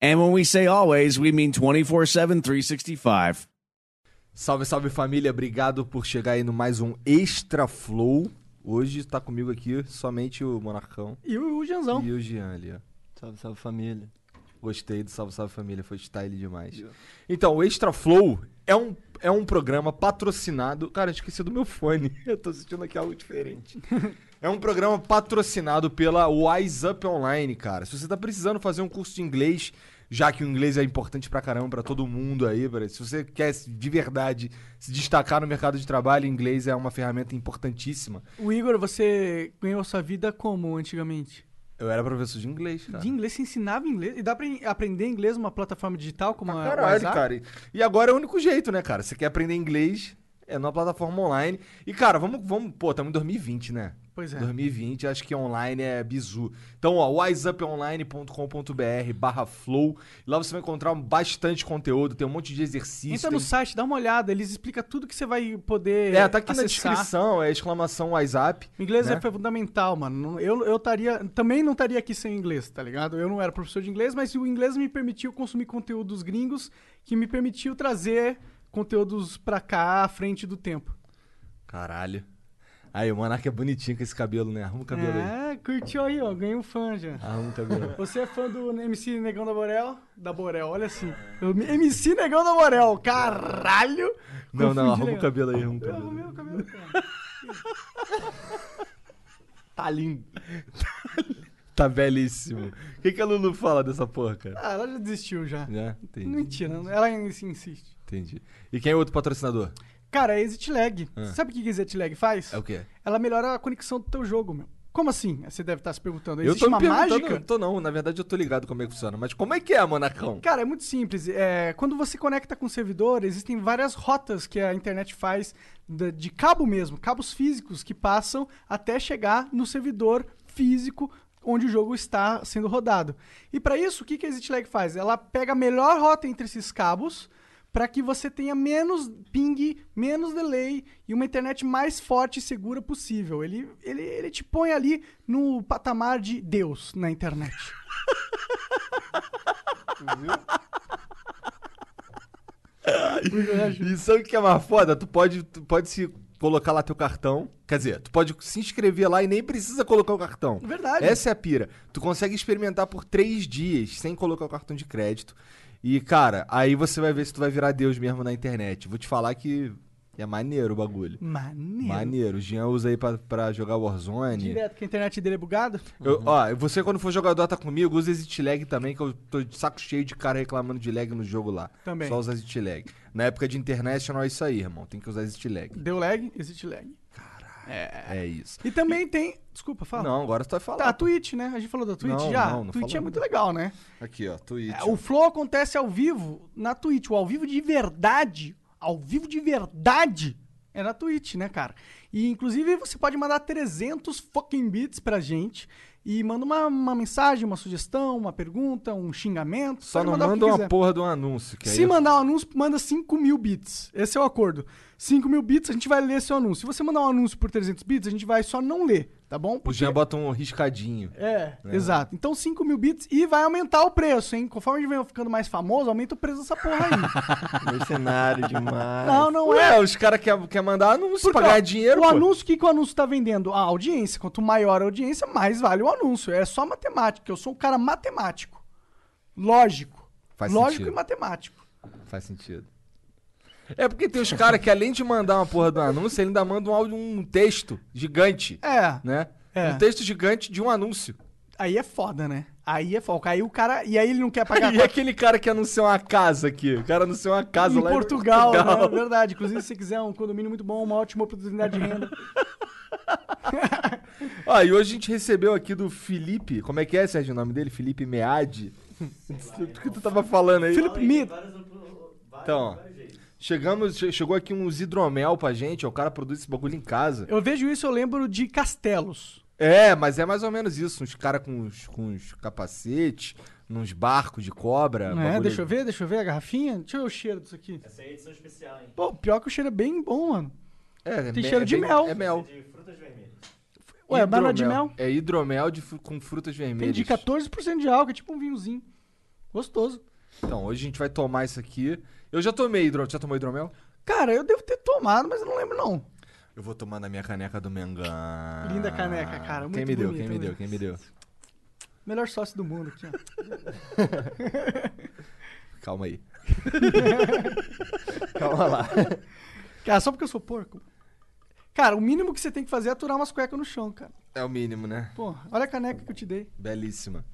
And when we say always, we mean 24 7, 365. Salve, salve família, obrigado por chegar aí no mais um Extra Flow. Hoje tá comigo aqui somente o Monarcão E o Janzão. e o Jean ali, ó. Salve, salve família. Gostei do Salve Salve Família, foi style demais. Então, o Extra Flow é um, é um programa patrocinado. Cara, eu esqueci do meu fone. Eu tô sentindo aqui algo diferente. É um programa patrocinado pela Wise Up Online, cara. Se você tá precisando fazer um curso de inglês, já que o inglês é importante pra caramba pra todo mundo aí, velho, se você quer se- de verdade se destacar no mercado de trabalho, inglês é uma ferramenta importantíssima. O Igor, você ganhou a sua vida como antigamente? Eu era professor de inglês, cara. De inglês, você ensinava inglês? E dá pra em- aprender inglês numa plataforma digital como a Caralho, WhatsApp? cara. E agora é o único jeito, né, cara? Você quer aprender inglês, é numa plataforma online. E, cara, vamos. vamos pô, estamos em 2020, né? Pois é. 2020, acho que online é bizu. Então, ó, wiseuponline.com.br barra flow. Lá você vai encontrar bastante conteúdo, tem um monte de exercício. Entra no tem- site, dá uma olhada, eles explicam tudo que você vai poder É, tá aqui acessar. na descrição, é exclamação WhatsApp. O inglês né? é fundamental, mano. Não- Eu, eu taria, também não estaria aqui sem inglês, tá ligado? Eu não era professor de inglês, mas o inglês me permitiu consumir conteúdos gringos, que me permitiu trazer conteúdos pra cá, à frente do tempo. Caralho. Aí, o Monark é bonitinho com esse cabelo, né? Arruma o cabelo aí. É, curtiu aí, ó. Ganhei um fã já. Arruma o cabelo. Você é fã do MC Negão da Borel? Da Borel, olha assim. Eu- MC Negão da Borel, caralho! não, não, Confundi arruma o legal. cabelo aí, arruma o Eu cabelo. arrumei o cabelo, cara. Tá lindo. tá belíssimo. O que, que a Lulu fala dessa porra, cara? Ah, ela já desistiu já. Já? Entendi. Mentira, ela ainda se insiste. Entendi. E quem é o outro patrocinador? É Cara, é exit lag. Sabe o que que exit lag faz? Ah. quê? Ela melhora a conexão do teu jogo, meu. Como assim? Você deve estar se perguntando. Eu Existe tô me uma perguntando, mágica? Tô não, na verdade eu tô ligado como é que funciona. Mas como é que é, Monacão? Cara, é muito simples. É, quando você conecta com o servidor, existem várias rotas que a internet faz da- de, cabo mesmo, cabos físicos que passam até chegar no servidor físico onde o jogo está sendo rodado. E para isso, o que, que a ExitLag faz? Ela pega a melhor rota entre esses cabos para que você tenha menos ping, menos delay e uma internet mais forte e segura possível. Ele, ele, ele te põe ali no patamar de Deus na internet. E sabe o que é mais foda? Tu pode, tu pode se colocar lá teu cartão. Quer dizer, tu pode se inscrever lá e nem precisa colocar o cartão. Verdade. Essa é a pira. Tu consegue experimentar por três dias sem colocar o cartão de crédito. E, cara, aí você vai ver se tu vai virar Deus mesmo na internet. Vou te falar que é maneiro o bagulho. Maneiro. Maneiro. O Jean usa aí pra, pra jogar Warzone. Direto que a internet dele é bugada? Eu- ó, você quando for jogar Dota comigo, usa Exit Lag também, que eu tô de saco cheio de cara reclamando de lag no jogo lá. Também. Só usa Exit Lag. Na época de International é isso aí, irmão. Tem que usar Exit Lag. Deu lag, existe lag. É, isso. E também tem. Desculpa, fala. Não, agora tu vai falar. Tá, a Twitch, né? A gente falou da Twitch Não, já. não, não Twitch falou é muito legal, né? Aqui, ó, Twitch. É, o Flow acontece ao vivo na Twitch. O ao vivo de verdade, ao vivo de verdade, é na Twitch, né, cara? E inclusive você pode mandar 300 fucking bits pra gente. E manda uma, uma mensagem, uma sugestão, uma pergunta, um xingamento. Só pode não mandar o que manda uma quiser. porra de um anúncio. Que Se aí... mandar um anúncio, manda 5 mil bits. Esse é o acordo. 5 mil bits, a gente vai ler seu anúncio. Se você mandar um anúncio por 300 bits, a gente vai só não ler, tá bom? O Jean bota um riscadinho. É, exato. Então 5 mil bits e vai aumentar o preço, hein? Conforme a gente vem ficando mais famoso, aumenta o preço dessa porra aí. Mercenário demais. não, não é. Ué, os caras querem quer mandar anúncio Porque, pra ó, ganhar dinheiro, O pô. anúncio, o que, que o anúncio tá vendendo? A audiência. Quanto maior a audiência, mais vale o anúncio. É só matemática. Eu sou um cara matemático. Lógico. Faz Lógico sentido. e matemático. Faz sentido. É porque tem os caras que além de mandar uma porra do anúncio, ele ainda manda um áudio, um texto gigante, É, né? É. Um texto gigante de um anúncio. aí é foda, né? Aí é foda. Aí o cara. E aí ele não quer pagar E aquele cara é que anunciou uma casa aqui? O cara anunciou uma casa em lá Portugal, em né? Portugal. É verdade. Inclusive, se você quiser um condomínio muito bom, uma ótima oportunidade de renda. Ah, e hoje a gente recebeu aqui do Felipe. Como é que é, Sérgio, o nome dele? Felipe Meade? O que tu tava falando aí? Philip Mead. Então, ó, chegamos, che- chegou aqui uns hidromel pra gente. ó, O cara produz esse bagulho em casa. Eu vejo isso, eu lembro de castelos. É, mas é mais ou menos isso. Uns caras com uns, com uns capacete, nos barcos de cobra. Não é? bagulho- Deixa eu ver, deixa eu ver a garrafinha. Deixa eu ver o cheiro disso aqui. Essa é a edição especial, hein? Pô, pior que o cheiro é bem bom, mano. É, me- Tem cheiro é de bem- mel. É mel. De frutas vermelhas. Ué, mas não é de mel? É hidromel de fru- com frutas vermelhas. Entendi, 14% de álcool, é tipo um vinhozinho. Gostoso. Então, hoje a gente vai tomar isso aqui. Eu já tomei hidromel. Já tomou hidromel? Cara, eu devo ter tomado, mas eu não lembro, não. Eu vou tomar na minha caneca do Mengão. Linda caneca, cara, quem muito me deu, bonita, quem me né? deu, quem me deu. Melhor sócio do mundo aqui, ó. Calma aí. Calma lá. Cara, só porque eu sou porco. Cara, o mínimo que você tem que fazer é aturar umas cuecas no chão, cara. É o mínimo, né? Porra, olha a caneca que eu te dei. Belíssima.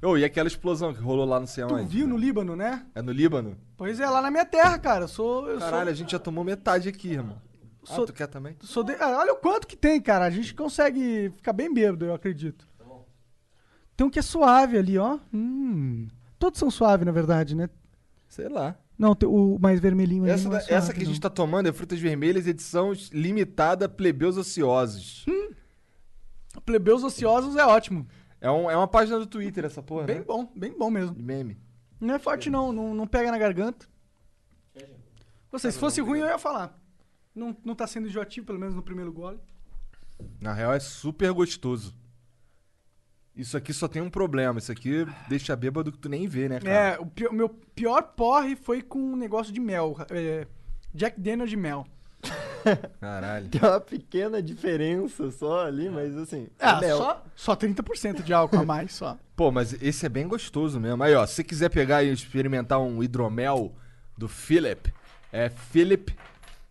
Ô, e aquela explosão que rolou lá não sei Tu aonde? viu no Líbano, né? É no Líbano? Pois é, lá na minha terra, cara. Eu sou. Eu Caralho, a gente já tomou metade aqui, irmão. Ah, Sou- tu quer também? sou, sou de- ah, Olha o quanto que tem, cara. A gente consegue ficar bem bêbado, eu acredito. Tá Tem um que é suave ali, ó. Hum. Todos são suaves, na verdade, né? Sei lá. Não, tem o mais vermelhinho ali Essa, não é da- essa suave, que a não. gente tá tomando é Frutas Vermelhas, edição limitada, plebeus ociosos. tá- Plebeus ociosos é ótimo. É, um- é uma página do Twitter essa porra, Bem né? bom, bem bom mesmo. De meme. Não é forte não, não, não pega na garganta. Ou Tá, seja, se fosse ruim eu ia falar. Não, não tá sendo enjoativo, pelo menos no primeiro gole. Na real, é super gostoso. Isso aqui só tem um problema. Isso aqui deixa bêbado que tu nem vê, né, cara? É, o pi- meu pior porre foi com um negócio de mel. é, Jack Daniel de mel. Caralho. Tem uma pequena diferença só ali, mas assim. Ah, é mel. só, só 30% de álcool a mais, só. Pô, mas esse é bem gostoso mesmo. Aí, ó, se você quiser pegar e experimentar um hidromel do Philip, é Philip.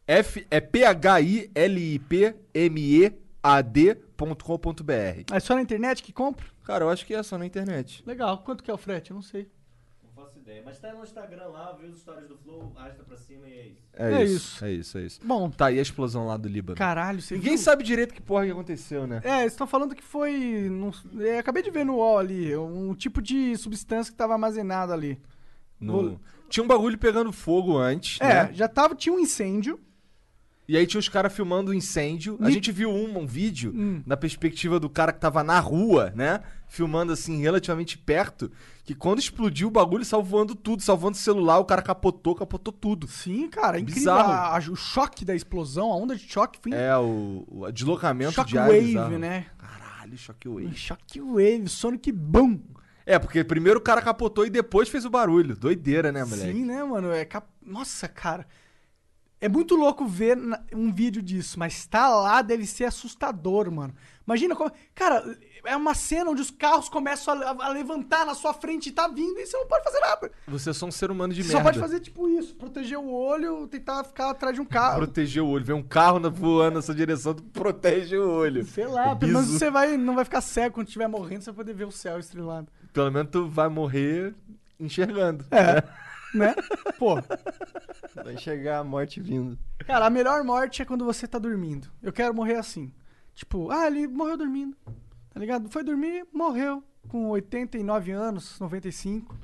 F, é P-H-I-L-I-P-M-E-A-D.com.br. É só na internet que compra? Cara, eu acho que é só na internet. Legal. Quanto que é o frete? Eu não sei. Não faço ideia. Mas tá no Instagram lá, viu os stories do Flow, arrasta pra cima e é isso. É, É isso, isso. É isso, é isso. Bom, Tá, e a explosão lá do Líbano? caralho, você Ninguém viu? sabe direito que porra que aconteceu, né? É, eles estão falando que foi. não- é, acabei de ver no UOL ali. Um tipo de substância que tava armazenada ali. No- Tinha um bagulho pegando fogo antes, É, né? já tava, tinha um incêndio. E aí tinha os caras filmando o incêndio. A Ni- gente viu um, um vídeo Hum. da perspectiva do cara que tava na rua, né? Filmando assim, relativamente perto. Que quando explodiu o bagulho, salvando tudo, salvando o celular, o cara capotou, capotou tudo. Sim, cara, é incrível. Bizarro. A- a- o choque da explosão, a onda de choque foi É, o, o deslocamento de ar. shockwave, bizarro. né? Caralho, shockwave. Shockwave, Sonic Boom. É, porque primeiro o cara capotou e depois fez o barulho. Doideira, né, moleque? Sim, né, mano? É cap- Nossa, cara. É muito louco ver na- um vídeo disso, mas tá lá deve ser assustador, mano. Imagina como. Cara, é uma cena onde os carros começam a, a levantar na sua frente e tá vindo e você não pode fazer nada. Você é só um ser humano de você merda. só pode fazer tipo isso: proteger o olho, tentar ficar atrás de um carro. Proteger o olho. Vem um carro na- voando na sua direção, tu protege o olho. Sei lá, pelo menos Bizu. você vai, não vai ficar cego quando estiver morrendo, você vai poder ver o céu estrelado. Pelo menos tu vai morrer enxergando. É. né? Pô. Vai chegar a morte vindo. Cara, a melhor morte é quando você tá dormindo. Eu quero morrer assim. Tipo, ah, ele morreu dormindo. Tá ligado? Foi dormir, morreu. Com 89 anos, 95.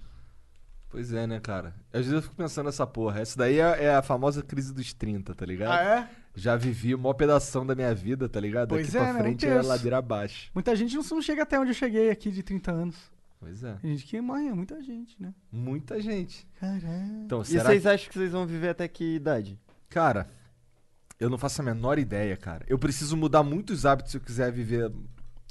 Pois é, né, cara? Às vezes eu fico pensando nessa porra. Essa daí é, é a famosa crise dos 30, tá ligado? é? Já vivi o maior pedação da minha vida, tá ligado? Pois Daqui é, pra né? Um frente é terço. ladeira abaixo. Muita gente não, não chega até onde eu cheguei aqui de 30 anos. Pois é. Tem gente que morre, é muita gente, né? Muita gente. Caralho. Então, E será vocês acham que vocês vão viver até que idade? Cara, eu não faço a menor ideia, cara. Eu preciso mudar muitos hábitos se eu quiser viver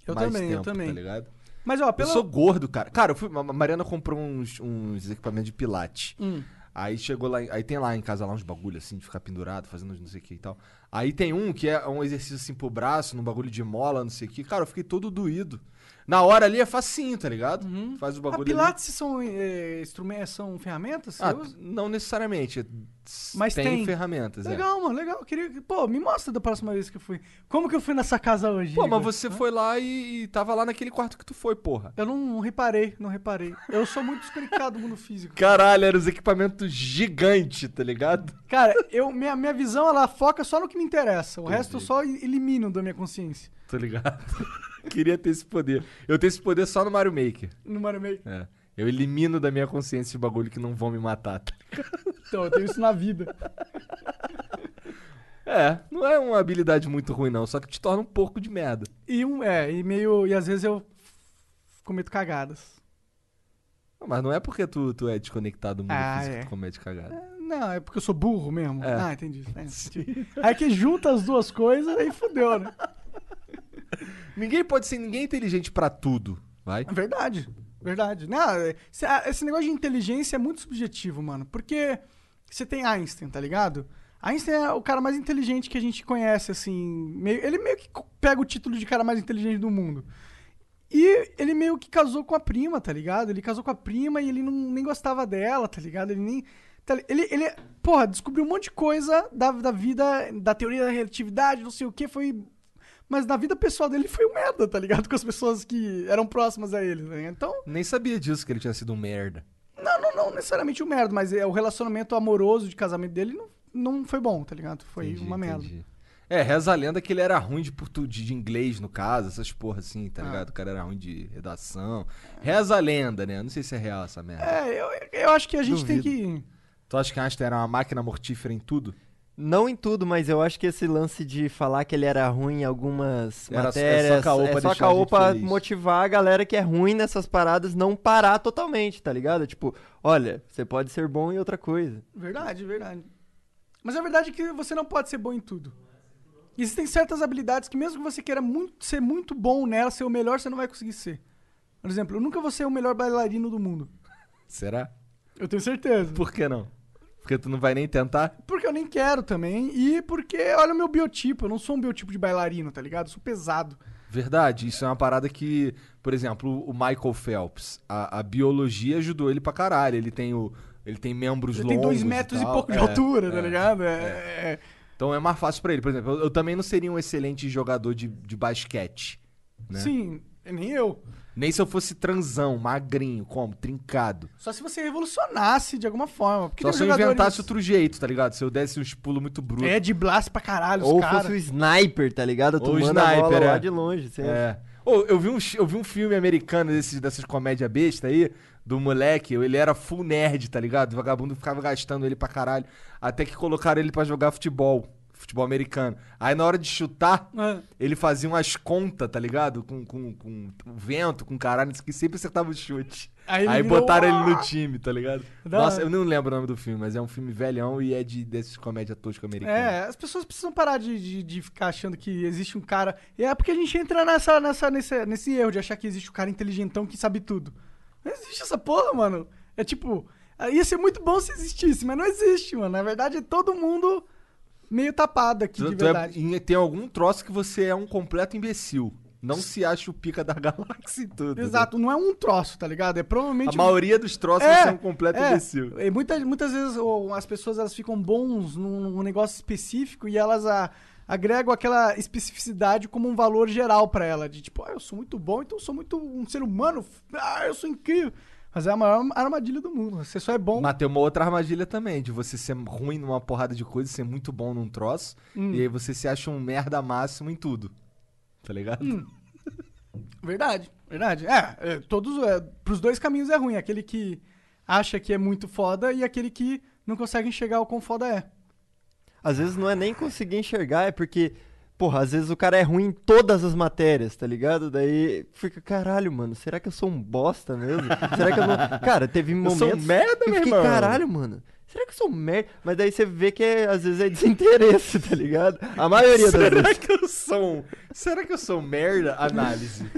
Eu mais também, eu tempo, também. tá ligado? Mas ó, pelo. Eu sou gordo, cara. Cara, eu fui, a Mariana comprou uns, uns equipamentos de pilates. Hum. Aí chegou lá, aí tem lá em casa lá uns bagulho assim, de ficar pendurado, fazendo uns não sei o que e tal. Aí tem um que é um exercício assim pro braço, num bagulho de mola, não sei o que. Cara, eu fiquei todo doído. Na hora ali é facinho, tá ligado? Uhum. Faz o Ah, bagulho ali. pilates são, é, instrumen- são ferramentas? que Ah, você usa? não necessariamente. Mas tem. ferramentas, é. legal, mano, legal. Eu Queria... Pô, me mostra da próxima vez que eu fui. Como que eu fui nessa casa hoje? Pô, Igor? mas você foi lá e, e tava lá naquele quarto que tu foi, porra. Eu não reparei, não reparei. Eu sou muito desconectado do mundo físico. Caralho, era os equipamentos gigantes, tá ligado? Cara, eu, minha, minha visão, ela foca só no que me interessa. O resto eu só elimino da minha consciência. Tô ligado. Queria ter esse poder. Eu tenho esse poder só no Mario Maker. No Mario Maker. É. Eu elimino da minha consciência esse bagulho que não vão me matar. tá ligado? Então, eu tenho isso na vida. É, não é uma habilidade muito ruim, não. Só que te torna um pouco de merda. E um, é, e meio. E às vezes eu cometo cagadas. Não, Mas não é porque tu, tu é desconectado do mundo Ah, físico que é. tu comete cagada. Não, é porque eu sou burro mesmo. É. Ah, entendi. É, entendi. Aí que junta as duas coisas, aí fudeu, né? Ninguém pode ser ninguém é inteligente pra tudo, vai? É Verdade, verdade. Não, é- cê- a- esse negócio de inteligência é muito subjetivo, mano. Porque você tem Einstein, tá ligado? Einstein é o cara mais inteligente que a gente conhece, assim. meio- ele meio que co- pega o título de cara mais inteligente do mundo. E ele meio que casou com a prima, tá ligado? Ele casou com a prima e ele não, nem gostava dela, tá ligado? Ele nem. tá li- ele, ele, porra, descobriu um monte de coisa da, da vida, da teoria da relatividade, não sei o que, foi mas na vida pessoal dele foi um merda, tá ligado? Com as pessoas que eram próximas a ele, né? Então, Nem sabia disso que ele tinha sido um merda. não, não, não necessariamente um merda, mas é, o relacionamento amoroso de casamento dele não, não foi bom, tá ligado? Foi Entendi, uma merda. entendi. É, reza a lenda que ele era ruim de, portu... de de inglês, no caso, essas porra assim, tá Ah. ligado? O cara era ruim de redação. Reza a lenda, né? Não sei se é real essa merda. É, eu, eu acho que a gente tem que. Tu acha que Einstein era uma máquina mortífera em tudo? Não em tudo, mas eu acho que esse lance de falar que ele era ruim em algumas Era- é só matérias. caô pra é só deixar a gente caô pra feliz. motivar a galera que é ruim nessas paradas não parar totalmente, tá ligado? Tipo, olha, você pode ser bom em outra coisa. Verdade, verdade. Mas a verdade é que você não pode ser bom em tudo. Existem certas habilidades que, mesmo que você queira muito, ser muito bom nela, ser o melhor, você não vai conseguir ser. Por exemplo, eu nunca vou ser o melhor bailarino do mundo. Será? Eu tenho certeza. Por que não? Porque tu não vai nem tentar? Porque eu nem quero também. E porque, olha o meu biotipo. Eu não sou um biotipo de bailarino, tá ligado? Eu sou pesado. Verdade, isso é uma parada que, por exemplo, o Michael Phelps, a, a biologia ajudou ele pra caralho. Ele tem o. Ele tem membros Ele longos. tem dois metros e, tal. pouco de É, altura, tá é. ligado? É, é. Então é mais fácil pra ele. Por exemplo, eu, eu também não seria um excelente jogador de, de basquete. Né? Sim, é nem eu. Nem se eu fosse transão, magrinho, como? Trincado. Só se você revolucionasse de alguma forma. Porque Só tem se eu jogadores- inventasse outro jeito, tá ligado? Se eu desse uns pulos muito brutos. É, de blast pra caralho, Ou os caras. fosse o sniper, tá ligado? Tu Ou o manda a bola sniper, é. lá de longe. Você... É. Ô, eu, vi um, chi- eu vi um filme americano desses, dessas comédia besta aí, do moleque. Ele era full nerd, tá ligado? O vagabundo ficava gastando ele pra caralho. Até que colocaram ele pra jogar futebol. Futebol americano. Aí na hora de chutar, Ah, ele fazia umas contas, tá ligado? Com, com, com o vento, com caralho, isso que sempre acertava o chute. Aí Aí, ele virou- "Ah!" botaram ele no time, tá ligado? Da Nossa, hora. eu não lembro o nome do filme, mas é um filme velhão e é de, desses comédia tosco americano. É, as pessoas precisam parar de, de, de ficar achando que existe um cara. É porque a gente entra nessa, nessa, nesse, nesse erro de achar que existe um cara inteligentão que sabe tudo. Não existe essa porra, mano. É tipo, ia ser muito bom se existisse, mas não existe, mano. Na verdade, é todo mundo meio tapado aqui, Tu- de tu é- verdade. em- tem algum troço que você é um completo imbecil. Não se acha o pica da galáxia e tudo. né? Exato, não é um troço, tá ligado? É A provavelmente. maioria dos troços É, você é um completo é. imbecil. E muita- muitas vezes ou, as pessoas elas ficam bons num, num negócio específico e elas a- agregam aquela especificidade como um valor geral pra ela. De tipo, ah, eu sou muito bom, então eu sou muito um ser humano. Ah, eu sou incrível. Mas é a maior armadilha do mundo. Você só é bom. Mas tem uma outra armadilha também, de você ser ruim numa porrada de coisa, ser muito bom num troço, Hum. e aí você se acha um merda máximo em tudo. Tá ligado? Hum. Verdade, verdade. É, é, todos. É, pros dois caminhos é ruim. Aquele que acha que é muito foda e aquele que não consegue enxergar o quão foda é. Às vezes não é nem conseguir enxergar, é porque, porra, às vezes o cara é ruim em todas as matérias, tá ligado? Daí fica, caralho, mano, será que eu sou um bosta mesmo? será que eu não. Cara, teve sou um momentos. merda, que eu meu fiquei, irmão. caralho, mano. Será que eu sou um merda? Mas daí você vê que é- às vezes é desinteresse, tá ligado? A maioria das vezes. Será que eu sou um... Será que eu sou um merda? Análise.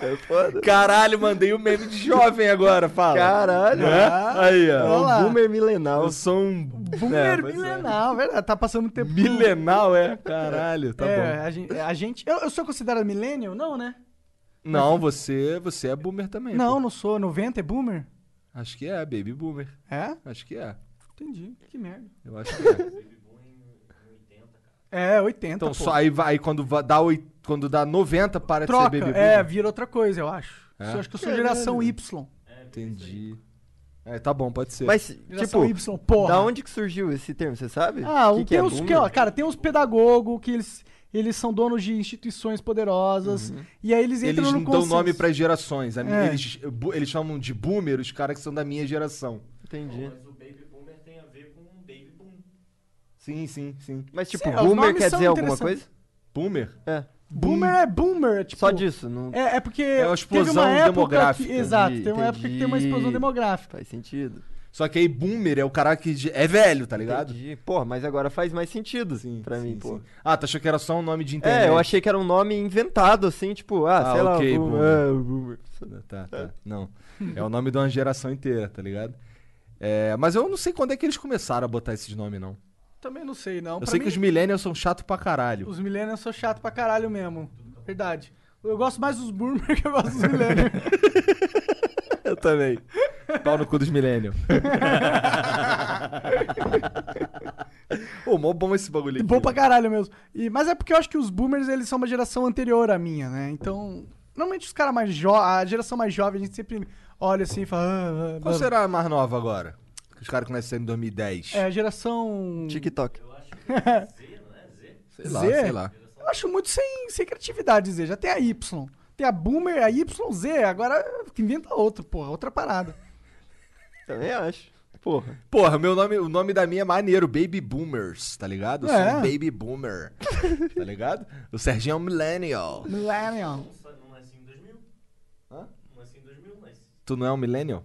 É foda. Caralho, mandei o meme de jovem agora, fala. Caralho. Né? Aí, ó. É um lá. boomer milenal. Eu sou um Boomer É, pois é. milenar, verdade. Tá passando tempo. Milenal é? Caralho, tá é, bom. a gente. a gente- eu, eu sou considerado millennial? Não, né? Não, você, você é boomer também. não, pô. não sou. 90 é boomer? Acho que é, baby boomer. É? Acho que é. Entendi. Que merda. Eu acho que é. É, 80. Então, pô. só aí, vai- aí quando va- dá, oit- quando dá 90, para Troca. de ser baby é, boomer. vira outra coisa, eu acho. É? Eu acho que eu sou Caralho. geração Y. Entendi. É, tá bom, pode ser. Mas, Geração tipo, Y, porra. da onde que surgiu esse termo, você sabe? um Ah, Que um- que tem é uns que, boomer? ó, cara, tem uns pedagogos que eles, eles são donos de instituições poderosas. E aí eles entram Uhum. eles no não dão consenso. nome pras gerações. A mi- É. eles, bu- eles chamam de boomer os caras que são da minha geração. Entendi. Mas o baby boomer tem a ver com um baby boom. Sim, sim, sim. Mas, tipo, Sei lá, os boomer nomes quer são dizer alguma interessantes. coisa? Boomer? É. Boomer é boomer, tipo. Só disso, não É, é porque. uma teve uma explosão época demográfica. Que, exato, tem uma Entendi, época que tem uma explosão entendi. demográfica. faz sentido. Só que aí boomer é o cara que de- é velho, tá ligado? Entendi. Porra, mas agora faz mais sentido assim, Sim, pra sim, mim, pô. sim. Ah, tu achou que era só um nome de internet? É, eu achei que era um nome inventado, assim, tipo, ah, Ah, sei lá, ok, boom- boomer. é, boomer. Tá, tá. Não. É o nome de uma geração inteira, tá ligado? É, mas eu não sei quando é que eles começaram a botar esses nomes, não. Também não sei, não. Eu Pra sei mim, que os millennials são chato pra caralho. Os millennials são chato pra caralho mesmo. Verdade. Eu gosto mais dos boomer que eu gosto dos millennials. Eu também. Pau no cu dos millennials. Ô, mó bom esse bagulho aqui. né? Bom pra caralho mesmo. E, mas é porque eu acho que os boomers, eles são uma geração anterior à minha, né? Então, normalmente os caras mais jovens, a geração mais jovem, a gente sempre olha assim e fala... "Ah, ah, Qual blá, será a mais nova agora? Os caras que nasceram em 2010. É, a geração... TikTok. Sei lá, Z? sei lá. Eu acho muito sem, sem criatividade, Zé. Já tem a Y. Tem a Boomer, a YZ. Agora inventa outro, porra. Outra parada. Também acho. Porra. Porra, meu nome, o nome da minha é maneiro, Baby Boomers, tá ligado? Eu sou É. um Baby Boomer, tá ligado? O Serginho é um Millennial. Millennial. Não sa- Não nasci em 2000. Hã? Não nasci em 2000, mas... Tu não é um Millennial?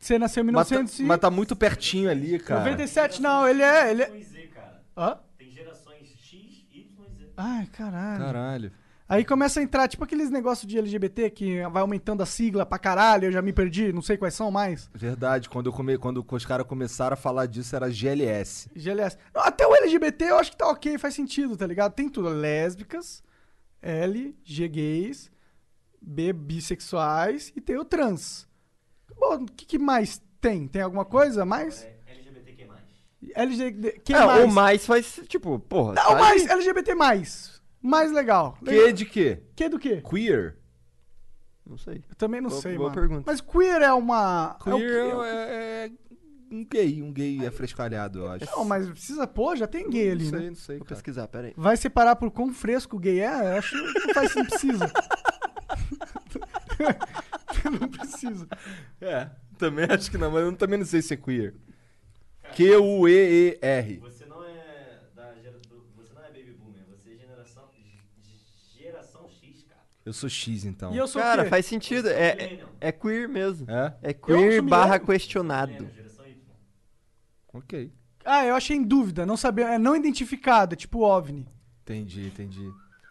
Você nasceu em Mas tá, 1997. mas tá muito pertinho ali, cara. 97, não. Ele é... Ele é... Tem Z, cara. Hã? Tem gerações X, Y e Z. Ai, caralho. Caralho. Aí começa a entrar, tipo aqueles negócios de LGBT que vai aumentando a sigla pra caralho, eu já me perdi, não sei quais são mais. Verdade, quando, eu come, quando os caras começaram a falar disso era GLS. GLS. Não, até o LGBT eu acho que tá ok, faz sentido, tá ligado? Tem tudo. Lésbicas, L, G gays, B bissexuais e tem o trans. Bom, o que, que mais tem? Tem alguma coisa a mais? É LGBTQ+. LGBT. Quem é, mais? ou mais faz, tipo, porra. Não, tá mais LGBT. Mais mais legal. Que de quê? Que do quê? Queer? ali. Não sei. Eu também não Boa- sei, boa mano. pergunta. Mas queer é uma. é o Queer quê? é, é um gay, um gay afrescalhado, eu acho. Não, mas precisa, pô, já tem gay ali, Não né? sei, não sei, Vou cara. pesquisar, peraí. Vai separar por quão fresco o gay é? Eu acho que não faz, não precisa. não precisa. É, também acho que não, mas eu também não sei se é queer. Q-U-E-E-R. Você não é da gera- do- Você não é baby boomer. Você é geração... g- Geração X, cara. Eu sou X, então. E eu sou o Cara, quê? faz sentido. É, é, é queer mesmo. É? É sou queer barra milênio. questionado. Geração Y. Ok. Ah, eu achei em dúvida, não sabia, é não identificado, é tipo OVNI. Entendi, entendi.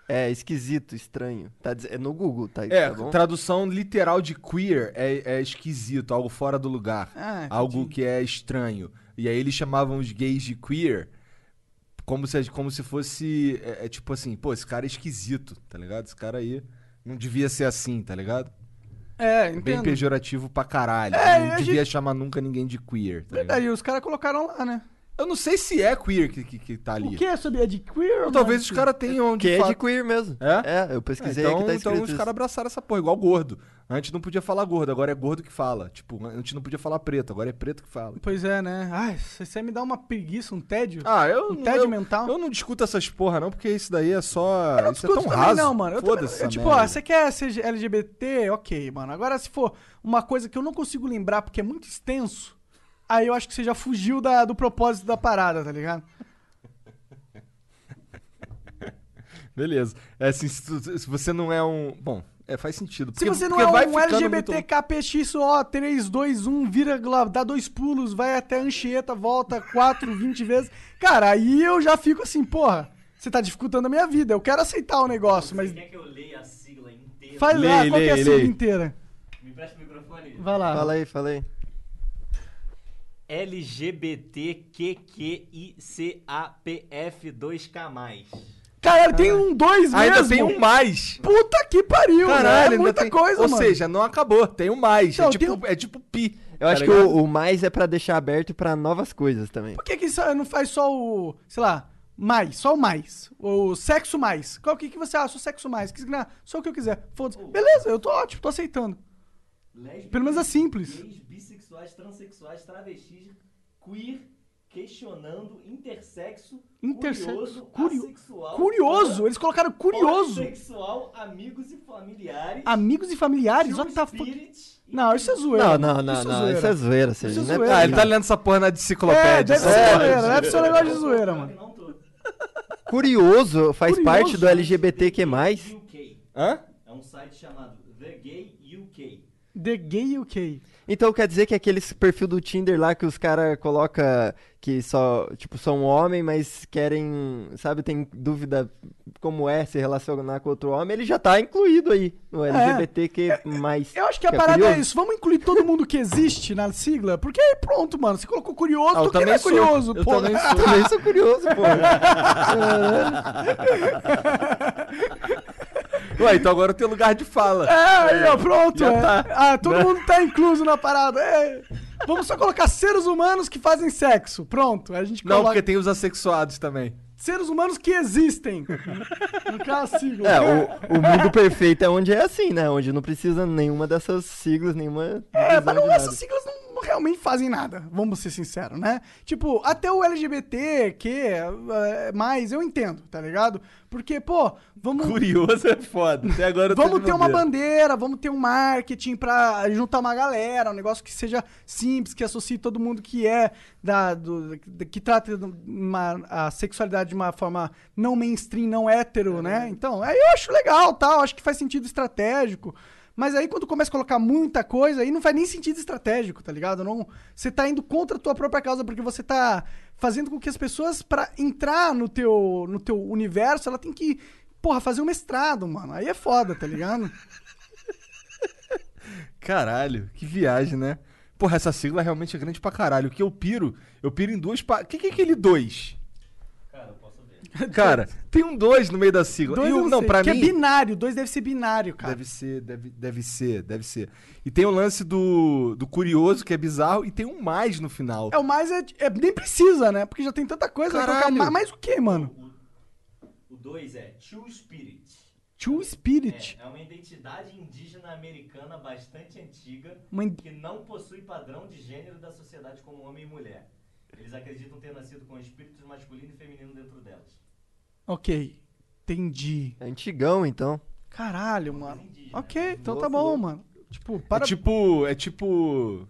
É esquisito, estranho. Tá, diz- é no Google, tá, É, tá bom? tradução literal de queer é, é esquisito, algo fora do lugar. Ah, algo entendi. que é estranho. E aí eles chamavam os gays de queer como se, como se fosse. É, é tipo assim, pô, esse cara é esquisito, tá ligado? Esse cara aí não devia ser assim, tá ligado? É, Bem entendo. pejorativo pra caralho. É, não a É, devia chamar nunca ninguém de queer, tá ligado? Verdade, os caras colocaram lá, né? Eu não sei se é queer que, que, que tá ali. O que é sobre? É de queer? Ou mano? talvez os caras tenham de Que é de fato- queer mesmo. É? eu Ah, pesquisei então, aqui, tá então escrito os isso. caras abraçaram essa porra, igual gordo. Antes não podia falar gordo, agora é gordo que fala. Tipo, antes não podia falar preto, agora é preto que fala. Pois é, né? Ai, se você me dá uma preguiça, um tédio. Ah, eu Um não. tédio eu, mental? eu não discuto essas porra, não, porque isso daí é só. Eu não isso é discuto tão também raso. Não, mano. Eu também, Foda-se. eu, essa tipo, merda. ó, você quer ser LGBT? Ok, mano. Agora, se for uma coisa que eu não consigo lembrar porque é muito extenso, aí eu acho que você já fugiu da- do propósito da parada, tá ligado? Beleza. É assim, se, tu- se você não é um. Bom, é, faz sentido. Se porque- você não porque é vai um ficando muito- LGBTKPXO 3, 2, 1, vira, lá, um, dá dois pulos, vai até a Anchieta, volta 4, 20 vezes. Cara, aí eu já fico assim, porra, você tá dificultando a minha vida. Eu quero aceitar o negócio, mas Você quer que eu leia a sigla inteira? faz lá, Lei, qual que é a lei, sigla lei. inteira? Me presta o microfone. Vai lá. Fala aí, fala aí. LGBTQQICAPF2K+. Caralho, tem um dois Ainda mesmo. tem um mais. Puta que pariu, Caralho, Caralho, é ainda muita tem- coisa, Ou mano. seja, não acabou, tem o mais. Não, é, tipo, tem um- Tá é tipo pi. Eu acho que tipo o, o mais é pra deixar aberto pra novas coisas também. Por que que só- não faz só o, sei lá, mais, só o mais, o sexo mais? Qual que que você acha, o sexo mais? Quis- não, Só o que eu quiser. Foda-se. Beleza, eu tô ótimo, tô aceitando. Lésbicas, Pelo menos é simples. gays, bissexuais, transexuais, travestis, queer, questionando, intersexo, Intersexo, curioso, curio- assexual, Curioso, eles colocaram curioso. Sexual, amigos e familiares. Amigos e familiares, what Film the fuck? Spirit e Não, isso é zoeira. Não, não, não, isso é não. zoeira. Isso é zoeira, Sérgio. Isso é não zoeira. Ah, ele possível. tá lendo essa porra na É, enciclopédia. deve essa ser porra. zoeira, deve ser um negócio de zoeira, mano. não todos. tá Curioso faz Curioso. né? parte do LGBTQ+. UK. Hã? É um site chamado The Gay UK. The gay UK. Então quer dizer que aqueles perfil do Tinder lá que os caras coloca que só, tipo, são homem, mas querem, sabe, tem dúvida como é se relacionar com outro homem, ele já tá incluído aí no LGBTQ+. É. Eu acho que a é parada curioso. é isso. Vamos incluir todo mundo que existe na sigla? Porque aí pronto, mano. Você colocou curioso, Ah, eu tu que não também é sou. curioso, Eu pô. também Eu também sou é curioso, pô. Ué, então agora eu tenho lugar de fala. É, aí, ó, pronto. Já é. tá. Ah, todo mundo tá incluso na parada. é. Vamos só colocar seres humanos que fazem sexo. Pronto. A gente Não, coloca porque tem os assexuados também. seres humanos que existem. Não tem uma sigla. É, o, o mundo perfeito é onde é assim, né? Onde não precisa nenhuma dessas siglas, nenhuma. É, divisão mas não, de nada. essas siglas não, não realmente fazem nada, vamos ser sinceros, né? Tipo, até o LGBT, que é, mais, eu entendo, tá ligado? Porque, pô, vamos. Curioso é foda. Até agora eu tô um Vamos de ter uma bobeira. bandeira, vamos ter um marketing pra juntar uma galera, um negócio que seja simples, que associe todo mundo que é da, do- da- que trata de uma- a sexualidade de uma forma não mainstream, não hétero, né? Então, aí eu acho legal, tal, acho que faz sentido estratégico. Mas aí quando começa a colocar muita coisa, aí não faz nem sentido estratégico, tá ligado? Não, você tá indo contra a tua própria causa porque você tá fazendo com que as pessoas pra entrar no teu no teu universo, ela tem que Porra, fazer um mestrado, mano. Aí é foda, tá ligado? Caralho, que viagem, né? Porra, essa sigla realmente é grande pra caralho. O que eu piro, eu piro em duas pa... O que, que é aquele dois? Cara, eu posso ver. Cara, tem um dois no meio da sigla. Dois e o, eu não, sei, pra que mim... é binário, dois deve ser binário, cara. Deve ser, deve, deve ser, deve ser. E tem o lance do, do curioso, que é bizarro, e tem um mais no final. É o mais é, é- nem precisa, né? Porque já tem tanta coisa, vai colocar Caralho. ma- mais o que, mano? O 2 é True Spirit. Two Spirit. É, é uma identidade indígena americana bastante antiga Uma in- que não possui padrão de gênero da sociedade como homem e mulher. Eles acreditam ter nascido com espíritos masculino e feminino dentro delas. Ok. Entendi. É antigão, então. Caralho, mano. Indígena. Ok, então tá Nossa, bom, né? louco. mano. Tipo, É para. tipo, é tipo,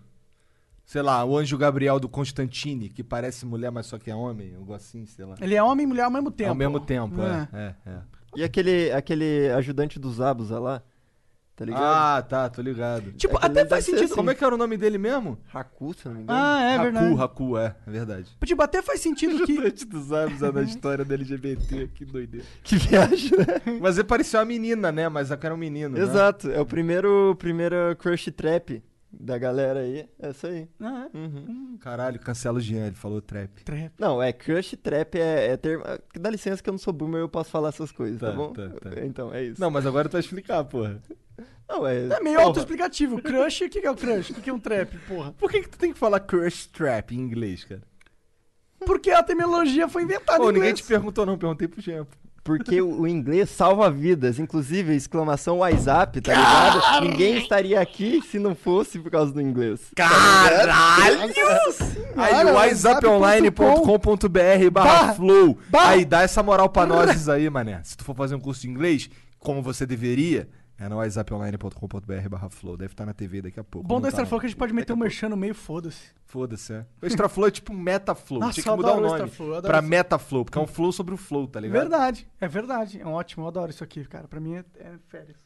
sei lá, o anjo Gabriel do Constantine, que parece mulher, mas só que é homem, algo assim, sei lá. Ele é homem e mulher ao mesmo tempo. Ao mesmo tempo, é. É. é, é. E aquele, aquele ajudante dos Abusa lá, tá ligado? Ah, tá, tô ligado. Tipo, É que até faz ele deve ser sentido. assim. Como é que era o nome dele mesmo? Haku, se não né? me engano. Ah, é Haku, verdade. Haku, é, é verdade. Tipo, até faz sentido que. Ajudante dos Abs é na história da LGBT, que doideira. Que viagem, né? Mas ele parecia uma menina, né? Mas só que era um menino, né? Exato, é o primeiro, primeiro crush trap da galera aí. É isso aí. Ah, é. Uhum. Caralho, cancela o Jean, ele falou trap. Trap. Não, é crush trap é, é ter. ah, Dá licença que eu não sou boomer, eu posso falar essas coisas, tá, Tá, bom? tá, tá. Então, é isso. Não, mas agora tu vai explicar, porra. Não, é. É meio porra. autoexplicativo. Crush, o que que é o crush? O que que é um trap, porra? Por que, que tu tem que falar crush trap em inglês, cara? Porque a terminologia foi inventada Pô, em ninguém inglês. te perguntou, não. Perguntei pro Jean. Porque o o inglês salva vidas, inclusive exclamação WhatsApp, tá ligado? Ninguém estaria aqui se não fosse por causa do inglês. Tá Caralho! Aí o whatsapponline.com.br barra Barra- flow. barra- Aí dá essa moral pra nós aí, mané. Se tu for fazer um curso de inglês, como você deveria, É no whatsapponline.com.br barra flow. Deve estar na TV daqui a pouco. O bom Não do tá, Extra não. Flow é que a gente pode meter um merchan no meio, foda-se. Foda-se, é. O Extra Flow é tipo Metaflow. Nossa, Tinha que eu mudar o adoro o nome Extra Flow, eu adoro pra esse- Metaflow, porque é um flow sobre o flow, tá ligado? Verdade, é verdade. É um ótimo, eu adoro isso aqui, cara. Pra mim é, é férias.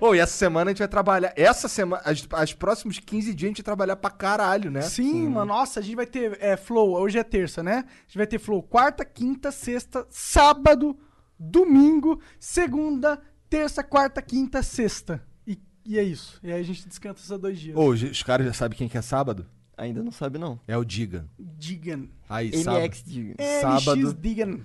Ô, e essa semana a gente vai trabalhar. Essa semana, as, as próximos 15 dias a gente vai trabalhar pra caralho, né? Sim, mano. Nossa, a gente vai ter é, Flow. Hoje é terça, né? A gente vai ter Flow quarta, quinta, sexta, sábado, domingo, segunda, terça, quarta, quinta, sexta. E, e é isso. E aí a gente descansa esses dois dias. Ô, os caras já sabem quem que é sábado? Ainda não sabe, não. É o Diga. Digan. Aí, MX É, Diga. sábado. MX Sábado. Digan.